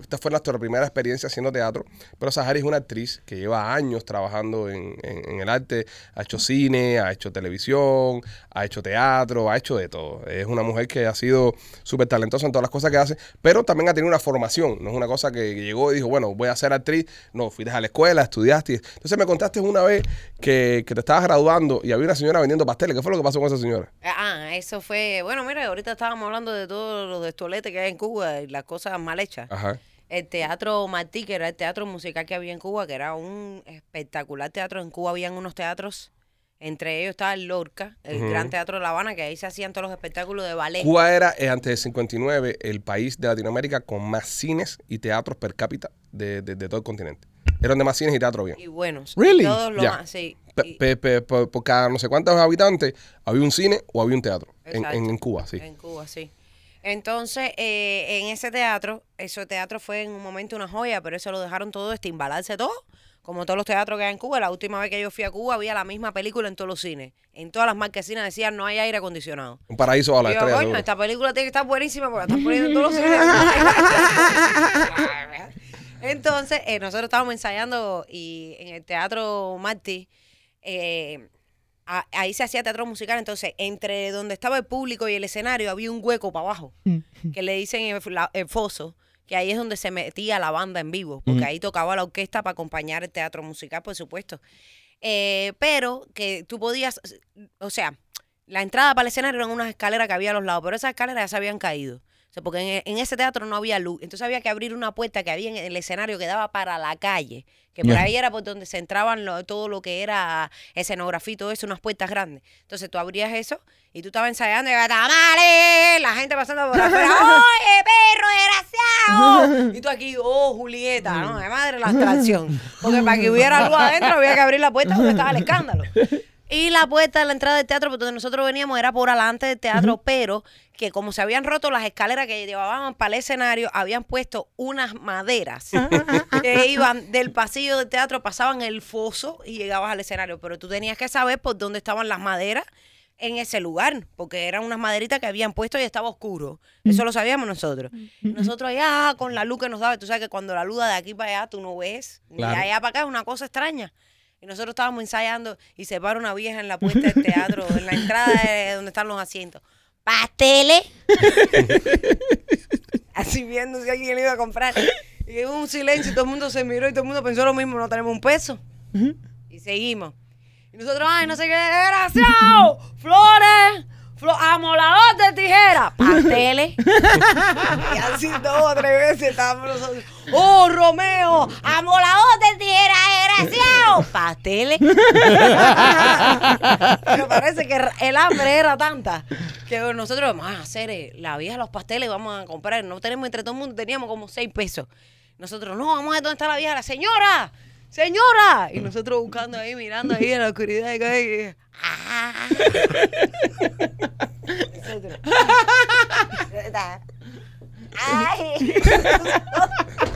esta fue nuestra primera experiencia haciendo teatro, pero Sahari es una actriz que lleva años trabajando en, en- en el arte, ha hecho cine, ha hecho televisión, ha hecho teatro, ha hecho de todo. Es una mujer que ha sido súper talentosa en todas las cosas que hace, pero también ha tenido una formación, no es una cosa que llegó y dijo, bueno, voy a ser actriz, no, fuiste a la escuela, estudiaste. Entonces me contaste una vez que, que te estabas graduando y había una señora vendiendo pasteles, ¿qué fue lo que pasó con esa señora?
Ah, eso fue. Bueno, mira, ahorita estábamos hablando de todos los destoletes que hay en Cuba y las cosas mal hechas.
Ajá.
El teatro Martí, que era el teatro musical que había en Cuba, que era un espectacular teatro. En Cuba habían unos teatros, entre ellos estaba el Lorca, el
Ujú.
Gran Teatro de La Habana, que ahí se hacían todos los espectáculos de ballet.
Cuba era, eh, antes del 59, el país de Latinoamérica con más cines y teatros per cápita de, de- de todo el continente. Era donde más cines y teatros había.
Y buenos.
Really?
Y todos los
Ya.
más- sí.
Pe-
y-
pe- pe- por, por cada no sé cuántos habitantes, había un cine o había un teatro. En,
Exacto.
en- en Cuba, sí.
En Cuba, sí. Entonces, eh, en ese teatro, ese teatro fue en un momento una joya, pero eso lo dejaron todo estimbalarse todo, como todos los teatros que hay en Cuba. La última vez que yo fui a Cuba había la misma película en todos los cines. En todas las marquesinas decían no hay aire acondicionado.
Un paraíso a la
Y yo,
estrella.
coño, esta película tiene que estar buenísima porque la están poniendo en todos los cines. [laughs] Entonces, eh, nosotros estábamos ensayando y en el Teatro Martí, eh, a- ahí se hacía teatro musical, entonces entre donde estaba el público y el escenario había un hueco para abajo, que le dicen el, la- el foso, que ahí es donde se metía la banda en vivo, porque ahí tocaba la orquesta para acompañar el teatro musical, por supuesto. Eh, pero que tú podías, o sea, la entrada para el escenario eran unas escaleras que había a los lados, pero esas escaleras ya se habían caído. O sea, porque en, en ese teatro no había luz. Entonces había que abrir una puerta que había en el escenario que daba para la calle. Que por
Ya.
ahí era por donde se entraban lo- todo lo que era escenografía y todo eso, unas puertas grandes. Entonces tú abrías eso y tú estabas ensayando y llegaba, tamales, la gente pasando por afuera. ¡Oye, perro desgraciado! ¡Carajo! Y tú aquí, oh, Julieta, no, de madre la abstracción. Porque para que hubiera algo adentro había que abrir la puerta porque estaba el escándalo. Y la puerta de la entrada del teatro, por donde nosotros veníamos, era por adelante del teatro, pero que como se habían roto las escaleras que llevaban para el escenario, habían puesto unas maderas que iban del pasillo del teatro, pasaban el foso y llegabas al escenario. Pero tú tenías que saber por dónde estaban las maderas en ese lugar, porque eran unas maderitas que habían puesto y estaba oscuro. Eso lo sabíamos nosotros. Y Nosotros allá con la luz que nos daba, tú sabes que cuando la luz da de aquí para allá tú no ves, ni de
Claro.
allá para acá es una cosa extraña. Y nosotros estábamos ensayando y se para una vieja en la puerta del teatro, en la entrada de donde están los asientos. ¡Pasteles! [laughs] Así viendo si alguien le iba a comprar. Y hubo un silencio y todo el mundo se miró y todo el mundo pensó lo mismo, no tenemos un peso. Y seguimos. Y nosotros, ay, no sé qué, desgraciado, flores, flo amolador de tijera, pasteles. [laughs] y así dos o tres veces estábamos nosotros, oh, Romeo, amolador de tijera, desgraciado, pasteles. Me parece que el hambre era tanta que nosotros vamos a hacer eh, la vieja los pasteles, vamos a comprar, no tenemos entre todo el mundo, teníamos como seis pesos. Nosotros, no, vamos a ver dónde está la vieja, la señora, señora. Y nosotros buscando ahí, mirando ahí en la oscuridad. Y, ahí, ah. Nosotros. Ay,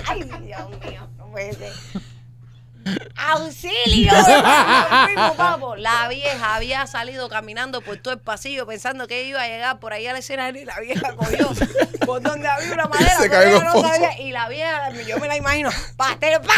ay, Dios mío, no puede ser. ¡Auxilio! Fuimos, papo. La vieja había salido caminando por todo el pasillo pensando que iba a llegar por ahí al escenario y la vieja cogió por donde había una madera.
Se
por
cayó en el
donde no
foso.
sabía, y la vieja, yo me la imagino, pastel, ¡pa!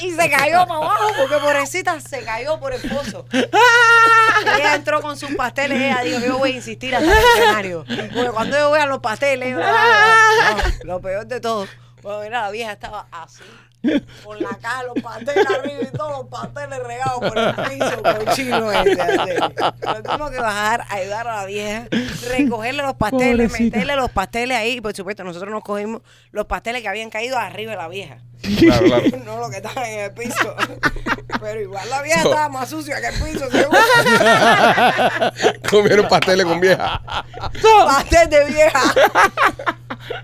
Y se cayó para abajo porque pobrecita se cayó por el pozo. Ella entró con sus pasteles ella dijo, yo voy a insistir hasta el escenario. Porque cuando yo vea los pasteles, yo, "Ah, no, lo peor de todo. Bueno, mira, la vieja estaba así. Con la cara, los pasteles arriba y todos los pasteles regados por el piso cochino ese. así. Tuvimos que bajar, ayudar a la vieja, recogerle los pasteles,
Pobrecita.
meterle los pasteles ahí. Y por supuesto, nosotros nos cogimos los pasteles que habían caído arriba de la vieja.
Claro,
[laughs]
claro.
No lo que estaba en el piso. Pero igual la vieja estaba más sucia que el piso.
Comieron pasteles con vieja.
[laughs] Pastel de vieja.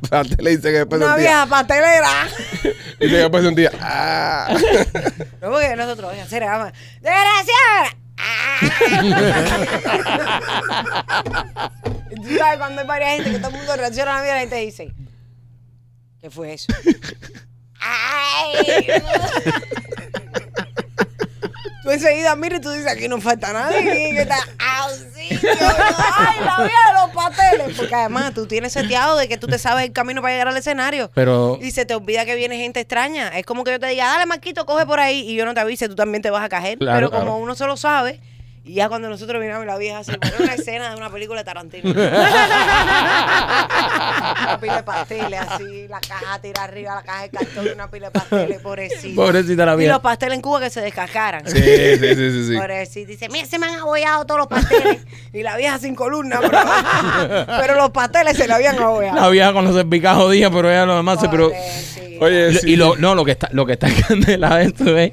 Pasteles dicen que después de
Una
un día.
vieja pastelera.
Dicen que después de un día. Ah.
No, porque nosotros, oye, hacer ama. [laughs] ¡Desgraciada! ¡Ah! Y Tú sabes cuando hay varias gente que todo el mundo reacciona a la vida, la gente dice, ¿qué fue eso? ¡Ay! Tú enseguida miras y tú dices, aquí no falta nadie. Y que está, ¡auxilio! ¡Ay, la vida de los pasteles! Porque además tú tienes seteado de que tú te sabes el camino para llegar al escenario.
Pero
Y se te olvida que viene gente extraña. Es como que yo te diga, dale, Marquito, coge por ahí. Y yo no te avise, tú también te vas a caer.
Claro,
Pero
claro.
como uno solo sabe, y ya cuando nosotros miramos la vieja, se pone una escena de una película de Tarantino. una pila de pasteles así, la caja tira arriba, la caja de cartón y una pila de pasteles, pobrecito.
pobrecita la
y los
vieja.
pasteles en Cuba que se descascaran.
Sí, [laughs] sí, sí, sí. sí.
Pobrecito. Dice, mira, se me han abollado todos los pasteles. y la vieja sin columna, pero, pero los pasteles se le habían
La
abollado.
vieja con los cervicales jodidas, pero ella lo demás se... Pero,
Pobrecito.
Oye,
Lo-
sí.
Y lo, no, lo que está, lo que está [laughs] en candela de esto es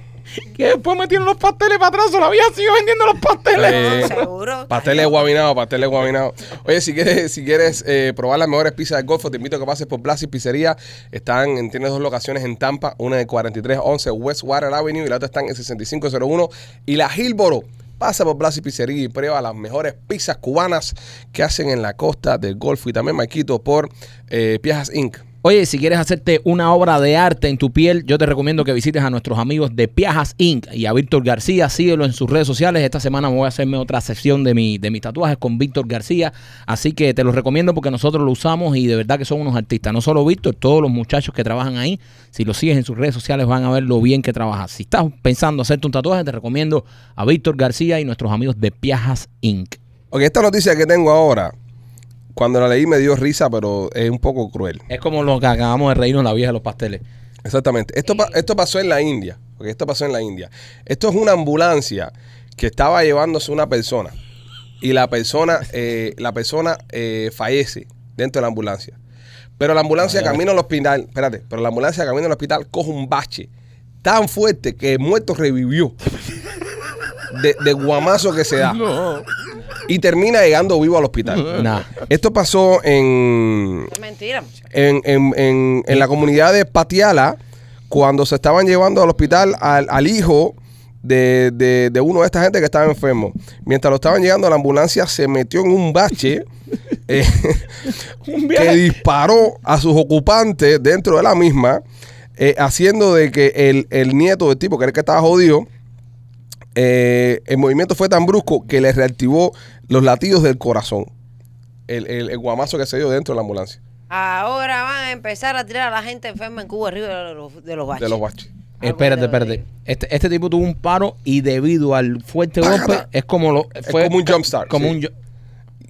que después metieron los pasteles para atrás, o la vieja siguió vendiendo los pasteles.
[laughs] Eh,
Seguro.
Pasteles guabinados, pasteles guabinados. Oye, si quieres, si quieres eh, probar las mejores pizzas del Golfo, te invito a que pases por Blasi Pizzería. Están, en- tienes dos locaciones en Tampa, una de 4311 West Water Avenue y la otra está en el 6501 y la Hillboro. Pasa por Blasi Pizzería y prueba las mejores pizzas cubanas que hacen en la costa del Golfo y también Maquito por eh, Piajas Inc.
Oye, si quieres hacerte una obra de arte en tu piel, yo te recomiendo que visites a nuestros amigos de Piajas Inc. y a Víctor García. Síguelo en sus redes sociales. Esta semana me voy a hacerme otra sesión de, mi, de mis tatuajes con Víctor García. Así que te los recomiendo porque nosotros lo usamos y de verdad que son unos artistas. No solo Víctor, todos los muchachos que trabajan ahí. Si lo sigues en sus redes sociales van a ver lo bien que trabaja. Si estás pensando hacerte un tatuaje, te recomiendo a Víctor García y nuestros amigos de Piajas Inc.
Ok, esta noticia que tengo ahora, cuando la leí me dio risa, pero es un poco cruel.
Es como lo que acabamos de reírnos la vieja de los pasteles.
Exactamente. Esto, pa- esto pasó en la India. ok, esto pasó en la India. Esto es una ambulancia que estaba llevándose una persona y la persona, eh, la persona eh, fallece dentro de la ambulancia. Pero la ambulancia camino al hospital, espérate, pero la ambulancia camino al hospital coge un bache tan fuerte que el muerto revivió de, de guamazo que se da. y termina llegando vivo al hospital.
Nah.
Esto pasó en,
Es mentira, muchacho.
en, en- en- en la comunidad de Patiala cuando se estaban llevando al hospital al, al hijo de, de- de uno de esta gente que estaba enfermo. Mientras lo estaban llegando, la ambulancia se metió en un bache eh, que disparó a sus ocupantes dentro de la misma, eh, haciendo de que el, el nieto del tipo, que era el que estaba jodido, eh, el movimiento fue tan brusco que le reactivó los latidos del corazón. El, el- el guamazo que se dio dentro de la ambulancia.
Ahora van a empezar a tirar a la gente enferma en Cuba arriba de los, de los baches.
De los baches.
Eh, Espérate, espérate. Este, este tipo tuvo un paro y debido al fuerte golpe es como lo
Es como un jump start,
Como
sí.
un ju-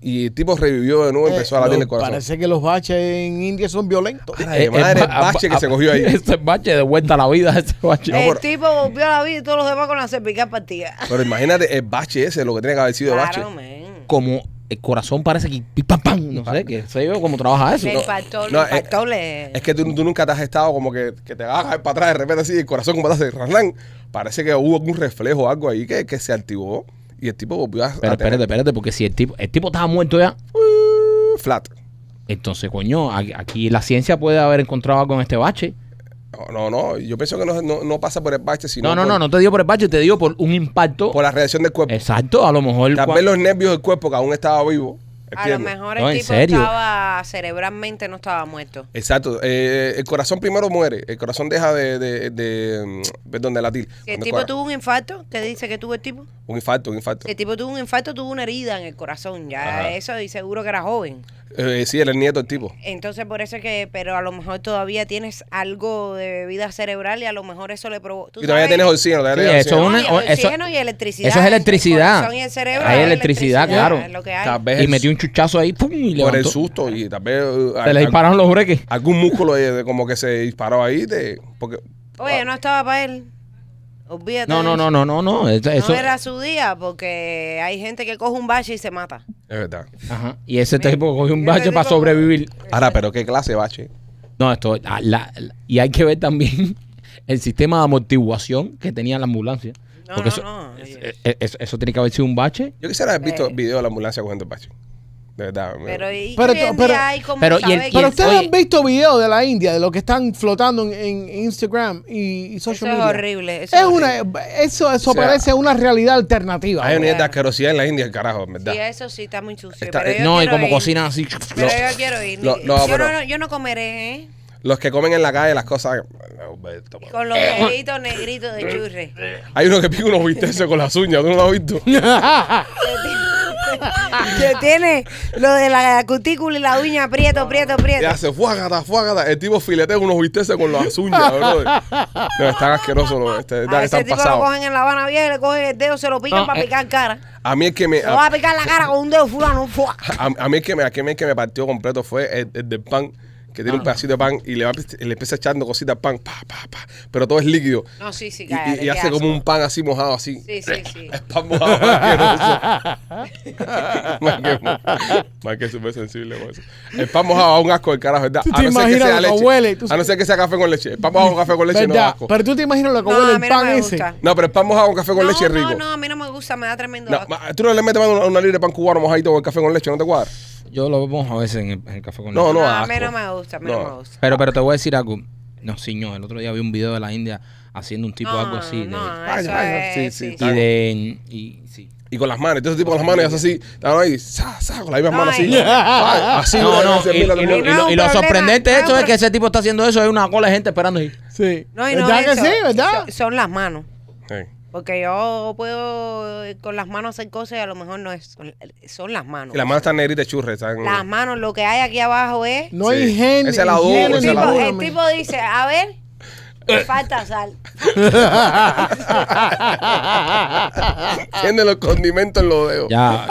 Y el tipo revivió de nuevo y empezó a
Eh,
latir
lo-
el corazón.
Parece que los baches en India son violentos.
Ay, de madre, el
eh, ba-
bache que
ba-
se cogió ahí.
[laughs] Ese bache de vuelta a la vida, ese bache.
No,
el
pero-
tipo volvió a la vida y todos los demás con la cervical partida.
Pero imagínate el bache ese, lo que tiene que haber sido el bache.
Claro, men.
Como el corazón parece que pi- pam, pam, no sé qué sé yo cómo trabaja eso.
Le impactó,
no, eh,
le impactó, le-
Es que tú, tú nunca te has estado como que, que te vas a caer para atrás de repente así, el corazón como te hace ranlan. Parece que hubo algún reflejo o algo ahí que, que se activó y el tipo volvió a, a
Pero
tener
espérate, espérate, porque si el tipo, el tipo estaba muerto ya,
flat.
entonces coño, a- aquí la ciencia puede haber encontrado algo en este bache.
No, no, no. Yo pienso que no, no, no pasa por el bache, sino
No, no,
por,
no, no te digo por el bache, te digo por un impacto.
por la reacción del cuerpo.
Exacto, a lo mejor.
Tal
cua-
vez los nervios del cuerpo que aún estaba vivo.
A lo
¿entiendes?
mejor
No,
el
en
tipo
serio.
estaba cerebralmente, no estaba muerto.
Exacto. Eh, el corazón primero muere. El corazón deja de, de, de, mm, perdón, de latir.
Si el
Cuando
tipo
cua-
tuvo un infarto, ¿qué dice que tuvo el tipo?
Un infarto, un infarto.
Si el tipo tuvo un infarto, tuvo una herida en el corazón. Ya
Ajá.
eso, y seguro que era joven.
Eh, sí, era el nieto del tipo.
Entonces, por eso es que, pero a lo mejor todavía tienes algo de bebida cerebral y a lo mejor eso le provocó.
Y todavía tienes oxígeno. Todavía
Sí,
tienes
eso
oxígeno.
Una-
y el
o- eso-
oxígeno y electricidad.
eso es electricidad.
El corazón y el cerebro.
Hay
es
electricidad, claro.
es lo que hay.
Tal vez
Y metió un chuchazo ahí, ¡pum! Y
por el
levantó.
susto y tal vez eh,
Se le
al-
dispararon los breques.
algún músculo de- de como que se disparó ahí de- porque
Oye, no estaba para él. Olvídate.
No,
de
no,
eso.
no, no, no, no. Eso,
No
eso-
era su día porque hay gente que coge un bache y se mata.
es verdad.
Ajá. Y ese tipo cogió un
Mira,
bache
ese
para
tipo-
sobrevivir.
Ahora, pero qué clase de bache.
No, esto. la- la- la- y hay que ver también [laughs] el sistema de amortiguación que tenía la ambulancia.
No,
Porque
no,
eso,
no.
es- es- eso, eso tiene que haber sido un bache.
Yo quisiera haber visto
Eh.
video de la ambulancia cogiendo el bache. De verdad. me-
Pero, ¿y
Pero
hoy en
tú- pero-
día hay como
pero, ¿y el-
saber
y el-
Pero
que-
ustedes
oye-
han visto videos de la India, de lo que están flotando en, en Instagram y, y social
Eso es
media.
horrible, eso
Es
es
una, eso eso
O sea,
parece una realidad alternativa.
Hay una
Claro.
de asquerosidad en la India, carajo, en verdad.
Sí, eso sí está muy sucio.
Está-
pero yo
no, y
quiero
como
ir.
cocinan así.
Pero yo quiero ir.
No, no,
yo,
pero-
no, yo no comeré, ¿eh?
Los que comen en la calle las cosas. Alberto, por favor.
Con los
Eh.
deditos negritos
[laughs]
de churre.
Hay uno que pica unos bisteces con las uñas, tú no lo has visto.
Que tiene lo de la cutícula y la uña prieto, prieto,
Y
prieto.
hace fuágata, fuágata. El tipo filetea unos bisteces con las
[laughs]
uñas, brother. No, están asquerosos los este,
A
están,
ese
están
tipo lo
pasados.
cogen en La Habana Vieja y le cogen el dedo, se lo pican
No,
para
eh.
picar cara.
A mí el que me.
Se va
A,
a picar la cara con un dedo fulano. ¡fua!
a- a mí el que me, a mí el que me partió completo fue el, el del pan. Que
Ah.
tiene un pedacito de pan y le, va, y le empieza echando cositas al pan. Pa, pa, pa. Pero todo es líquido.
No, sí, sí,
Y, y-
cállate,
y
qué
hace
asco.
como un pan así mojado, así.
Sí, sí, sí.
Es pan mojado, asqueroso. [laughs] Más
[laughs]
que- Más que súper sensible con eso. El pan mojado es un asco del carajo, ¿verdad?
¿Tú
A
te
no ser que
imaginas
sea
lo que
leche.
huele? Tú
a no ser que sea café con leche. El pan mojado con café con leche no da
¿Verdad?
asco.
Pero tú te imaginas lo que
No,
huele
a
el
mí no
pan
me
ese.
gusta.
No, pero el pan mojado con café con
no,
leche es rico.
no, no, a mí no me gusta, me da tremendo
No,
asco.
ma- tú no le metes mano a una libra de pan cubano mojadito con café con leche, ¿no te cuadra?
Yo lo vemos a veces en el, en el café con
No,
leche.
no,
No,
da
a mí
asco.
no me gusta, a mí no, me gusta.
Pero, pero te voy a decir algo. No, señor, el otro día vi un video de la India haciendo un tipo
no,
algo así. de-
no,
Ay,
eso
ay, sí,
es-
sí,
sí,
y de. Y, sí.
Y con las manos, entonces tipo con las manos y hace así, estaban ahí, sa, sa, con las mismas
No,
manos así.
ay.
Ay, así,
No,
una
no,
vez,
y,
mira,
y
mira.
lo, y
No es
lo-
un
y lo
problema,
sorprendente
no
de
es
esto
un
es que ese tipo está haciendo eso, hay una cola de gente esperando ahí.
Sí.
No, y no
¿Verdad que
eso,
sí? ¿Verdad?
so- son las manos.
Sí.
Porque yo puedo eh, con las manos hacer cosas y a lo mejor no es. Son, son las manos.
Y las manos están negritas y churres. Están... [laughs]
Las manos, lo que hay aquí abajo es.
No
Sí.
hay higiene.
Ese es el adobo, ese
higiene
el,
es
tipo,
el adobo.
ninguna,
el
man.
tipo dice, a ver, me
Eh.
falta sal.
Tienen los condimentos en los dedos.
Ya,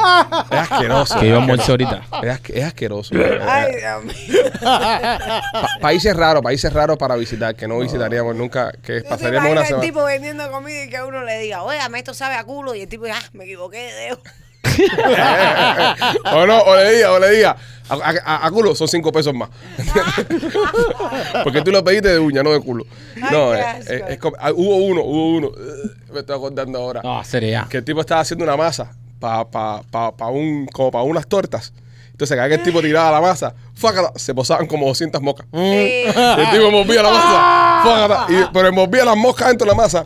Es asqueroso.
que yo
es
almuerzo ahorita.
asque- Es, asque- es asqueroso.
Ay,
eh,
Dios mío.
Pa- países raros, países raros para visitar, que no visitaríamos nunca, que
¿Tú te
pasaríamos una
imaginas el
semana.
tipo vendiendo comida y que a uno le diga, oígame, esto sabe a culo? Y el tipo, ah, me equivoqué de dedo.
[laughs] o no, o le diga, o le diga, a, a- a culo son cinco pesos más. [laughs] Porque tú lo pediste de uña, no de culo.
Ay,
No,
qué
eh,
asco.
eh, es como- ah, hubo uno, hubo uno, eh, me estoy acordando ahora,
No, sería.
que el tipo estaba haciendo una masa. pa- pa, pa, pa- pa un, como para unas tortas. Entonces, cada vez que el tipo tiraba la masa, ¡fácata! se posaban como 200 moscas.
Eh,
Sí.
Y el
[laughs]
tipo envolvía la
Ah.
masa, ¡fácata! Y- pero envolvía las moscas dentro de la masa,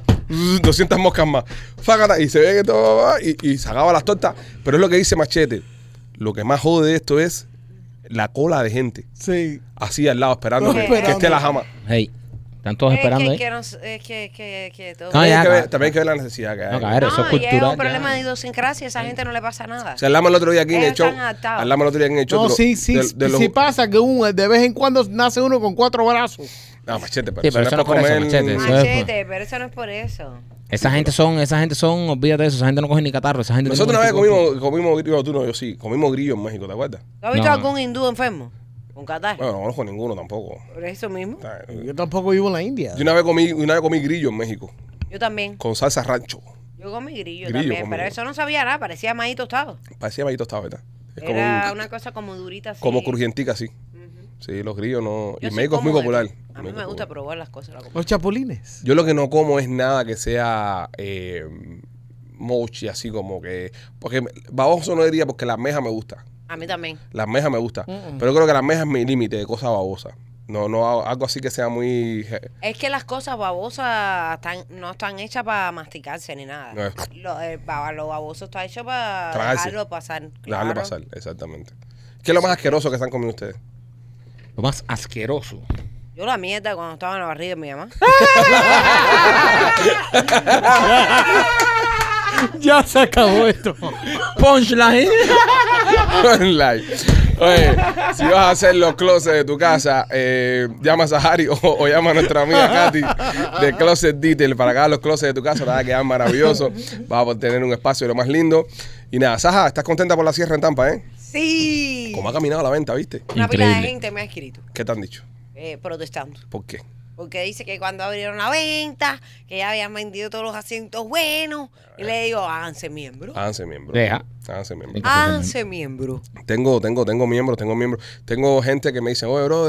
200 moscas más, ¡fácata! Y se ve que todo va, y, y sacaba las tortas. Pero es lo que dice Machete. Lo que más jode de esto es la cola de gente.
Sí.
Así al lado, esperando, que- Que,
Esperando.
esté la jama.
Hey, están todos
Es
esperando
que,
ahí.
que nos- es que, que, que todo.
No,
También,
ya,
hay que ver,
claro.
también hay que ver la necesidad que hay.
No, claro. Pero eso es
No, y es
cultural,
un problema
ya.
de idiosincrasia. Esa gente no le pasa nada.
O sea, hablamos el otro día aquí en
Ellos
el show.
están adaptados.
Hablamos el otro día en el show.
No,
de lo-
sí, sí.
de-
sí,
de lo-
sí pasa que un, de vez en cuando nace uno con cuatro brazos.
No, Ah, machete, pero,
Sí, pero eso no
por
es por eso, machete, eso es-
Machete, pero eso no es por eso.
Esa gente son, esa gente son, olvídate de eso, esa gente no coge ni catarro. Esa gente
Nosotros
no
una vez
coge ni
comimos, comimos grillo, tú no, yo sí, comimos grillo en México, ¿te acuerdas?
¿Tú has visto
No.
algún hindú enfermo? Con Qatar.
Bueno, no conozco ninguno tampoco.
Por eso mismo.
Yo
Yo tampoco vivo en la India.
una vez comí, una vez comí grillo en México,
Yo también.
con salsa rancho.
Yo comí grillo,
Grillo
también.
comí.
Pero eso no sabía nada. Parecía maíz tostado.
Parecía maíto estaba, ¿verdad? Es como,
Era
un-
una cosa como durita así.
como crujientica así. Sí, los grillos no.
Yo
y
sí
México es muy
como de
popular.
todo. A mí
México
me
es
gusta
popular.
probar las cosas. la comida.
Los chapulines.
Yo lo que no como es nada que sea eh, mochi, así como que. Porque me- baboso no diría porque la meja me gusta.
A mí también.
Las mejas me gusta. Pero creo que las mejas es mi límite de cosa babosa. No, no hago- algo así que sea muy. je-
Es que las cosas babosas están- no están hechas para masticarse ni nada.
No es-
Lo, eh, ba- lo baboso está hecho para
Tragarse.
dejarlo pasar.
Dejarlo
claro.
pasar, exactamente. ¿Qué es lo más asqueroso que están comiendo ustedes?
catarro. Lo más asqueroso.
Yo la mierda cuando estaba en la barriga de
[laughs]
mi mamá.
Ya se acabó esto.
[laughs] Punchline.
[laughs] Online. Oye, si vas a hacer los closets de tu casa, eh, llamas a Harry o, o llama a nuestra amiga Katy de Closet Detail para que haga los closets de tu casa. Te va a quedar maravilloso. Vas a tener un espacio de lo más lindo. Y nada, Saja, estás contenta por la sierra en Tampa, ¿eh?
Sí.
Como ha caminado la venta, ¿viste?
Una pila de
Increíble.
gente me ha escrito
¿Qué te han dicho?
eh, protestando.
¿Por qué?
Porque dice que cuando abrieron la venta, que ya habían vendido todos los asientos buenos.
Ah.
Y le digo, háganse miembro.
Háganse miembro.
Deja.
Háganse miembro.
Háganse miembro.
Tengo, tengo, tengo miembros, tengo miembros. Tengo gente que me dice, oye, bro,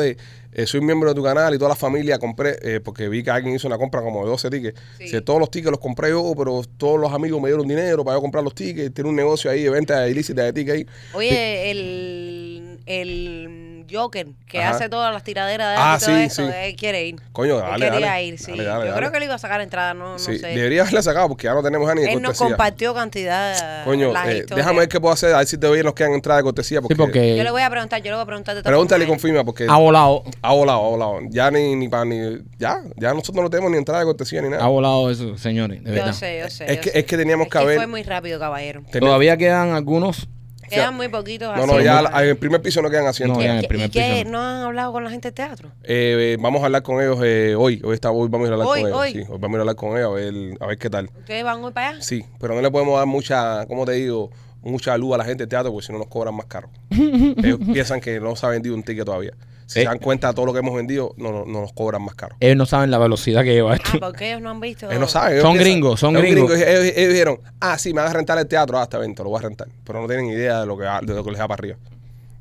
soy miembro de tu canal y toda la familia compré, eh, porque vi que alguien hizo una compra como de 12 tickets.
Sí.
Dice, todos los tickets los compré yo, pero todos los amigos me dieron dinero para yo comprar los tickets. Tiene un negocio ahí de venta ilícita de tickets ahí.
Oye, el, el Joker, que
Ajá.
hace todas las tiraderas de
Ah,
él y todo
sí,
eso,
sí.
él quiere ir.
Coño,
Él
dale,
quería
dale.
ir, sí.
Dale, dale,
Yo
dale.
creo que le iba a sacar entrada, no, no
Sí,
sé.
Debería haberla sacado porque ya no tenemos a ni de
él nos
cortesía.
compartió cantidad.
Coño,
las
eh,
historias.
déjame ver qué puedo hacer, a ver si te bien nos quedan entradas de cortesía. Porque,
Sí,
Yo le
porque
voy a preguntar, yo le voy a preguntar de todas
Pregúntale y
formas.
confirma, porque
ha volado,
ha volado, ha volado. Ya ni, ni para ni. Ya, ya nosotros no tenemos ni entrada de cortesía ni nada.
ha volado eso, señores, de
Yo
verdad.
sé, yo sé.
Es
yo
que-
sé.
es que teníamos que haber-
fue muy rápido, caballero.
Tenemos-
Todavía quedan algunos.
Quedan muy poquitos.
No,
así.
no, ya la- en el primer piso no quedan asientos.
No,
¿Qué-
ya en el
qué-
primer
¿Y qué?
piso.
¿No han hablado con la gente del teatro?
Eh, eh, vamos a hablar con ellos eh, hoy. Hoy, está, hoy vamos a ir a hablar
Hoy,
con ellos.
hoy.
sí. hoy vamos a ir a hablar con ellos a ver, a ver qué tal.
¿Ustedes van hoy para allá?
Sí, pero no le podemos dar mucha, ¿cómo te digo? Mucha luz a la gente de teatro porque si no nos cobran más
[laughs]
caro. ellos piensan que no se ha vendido un ticket todavía. Si
Eh.
se dan cuenta de todo lo que hemos vendido, no, no- no nos cobran más caro.
Ellos no saben la velocidad que lleva
Ah,
esto.
porque ellos no han visto.
Ellos no saben. ellos
Son
piensan-
gringos, son
ellos
gringos.
Ellos, ellos dijeron, ah, sí, me van a rentar el teatro, ah, está bien, te lo voy a rentar. Pero no tienen idea de lo que, va- de lo que les da para arriba.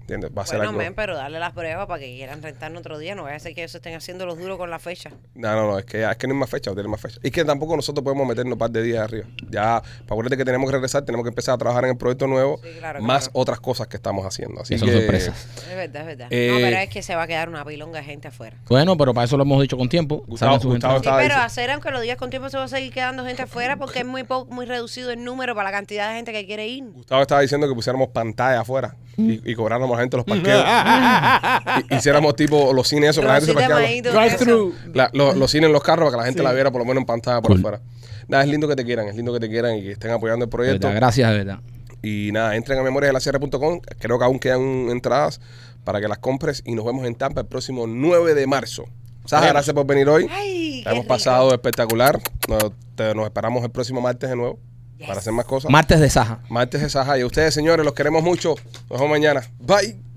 ¿Entiendes? Va a ser
Bueno,
algo.
men, pero darle las pruebas para que quieran rentarnos otro día. No vaya a ser que ellos estén haciendo los duros con la fecha.
No, no, no, es que, es que no hay más fecha, no tiene más fecha. Y que tampoco nosotros podemos meternos un par de días arriba. Ya, para acuérdate que tenemos que regresar, tenemos que empezar a trabajar en el proyecto nuevo,
Sí, claro,
más
claro.
otras cosas que estamos haciendo. Así
Que son
que-
sorpresas.
Es verdad, es verdad.
Eh,
no, pero es que se va a quedar una pilonga de gente afuera.
Bueno, pero para eso lo hemos dicho con tiempo.
Gustavo-
Saben sus
Gustavo
entradas.
Sí,
estaba
pero
dice-
hacer, aunque lo digas con tiempo, se va a seguir quedando gente afuera porque es muy po- muy reducido el número para la cantidad de gente que quiere ir.
Gustavo estaba diciendo que pusiéramos pantalla afuera y, y cobráramos a la gente los
[laughs]
parqueos. Y- hiciéramos tipo los cines, eso, que la gente se
Trocito de
parqueaba.
maíz, todo
Drive-through.
La- lo- los cines en los carros para que la gente
Sí.
la viera por lo menos en pantalla por
Cool.
afuera. Nada, es lindo que te quieran, es lindo que te quieran y que estén apoyando el
De
proyecto.
verdad, Gracias, de verdad.
Y nada, entren a memoriasdelacierre.com. Creo que aún quedan entradas para que las compres. Y nos vemos en Tampa el próximo 9 de marzo. Saja, gracias por venir hoy.
Ay,
La
qué
hemos
rico.
pasado espectacular. Nos, te- nos esperamos el próximo martes de nuevo para hacer más cosas.
Martes de Saja.
martes de Saja. Y a ustedes, señores, los queremos mucho. Nos vemos mañana. Bye.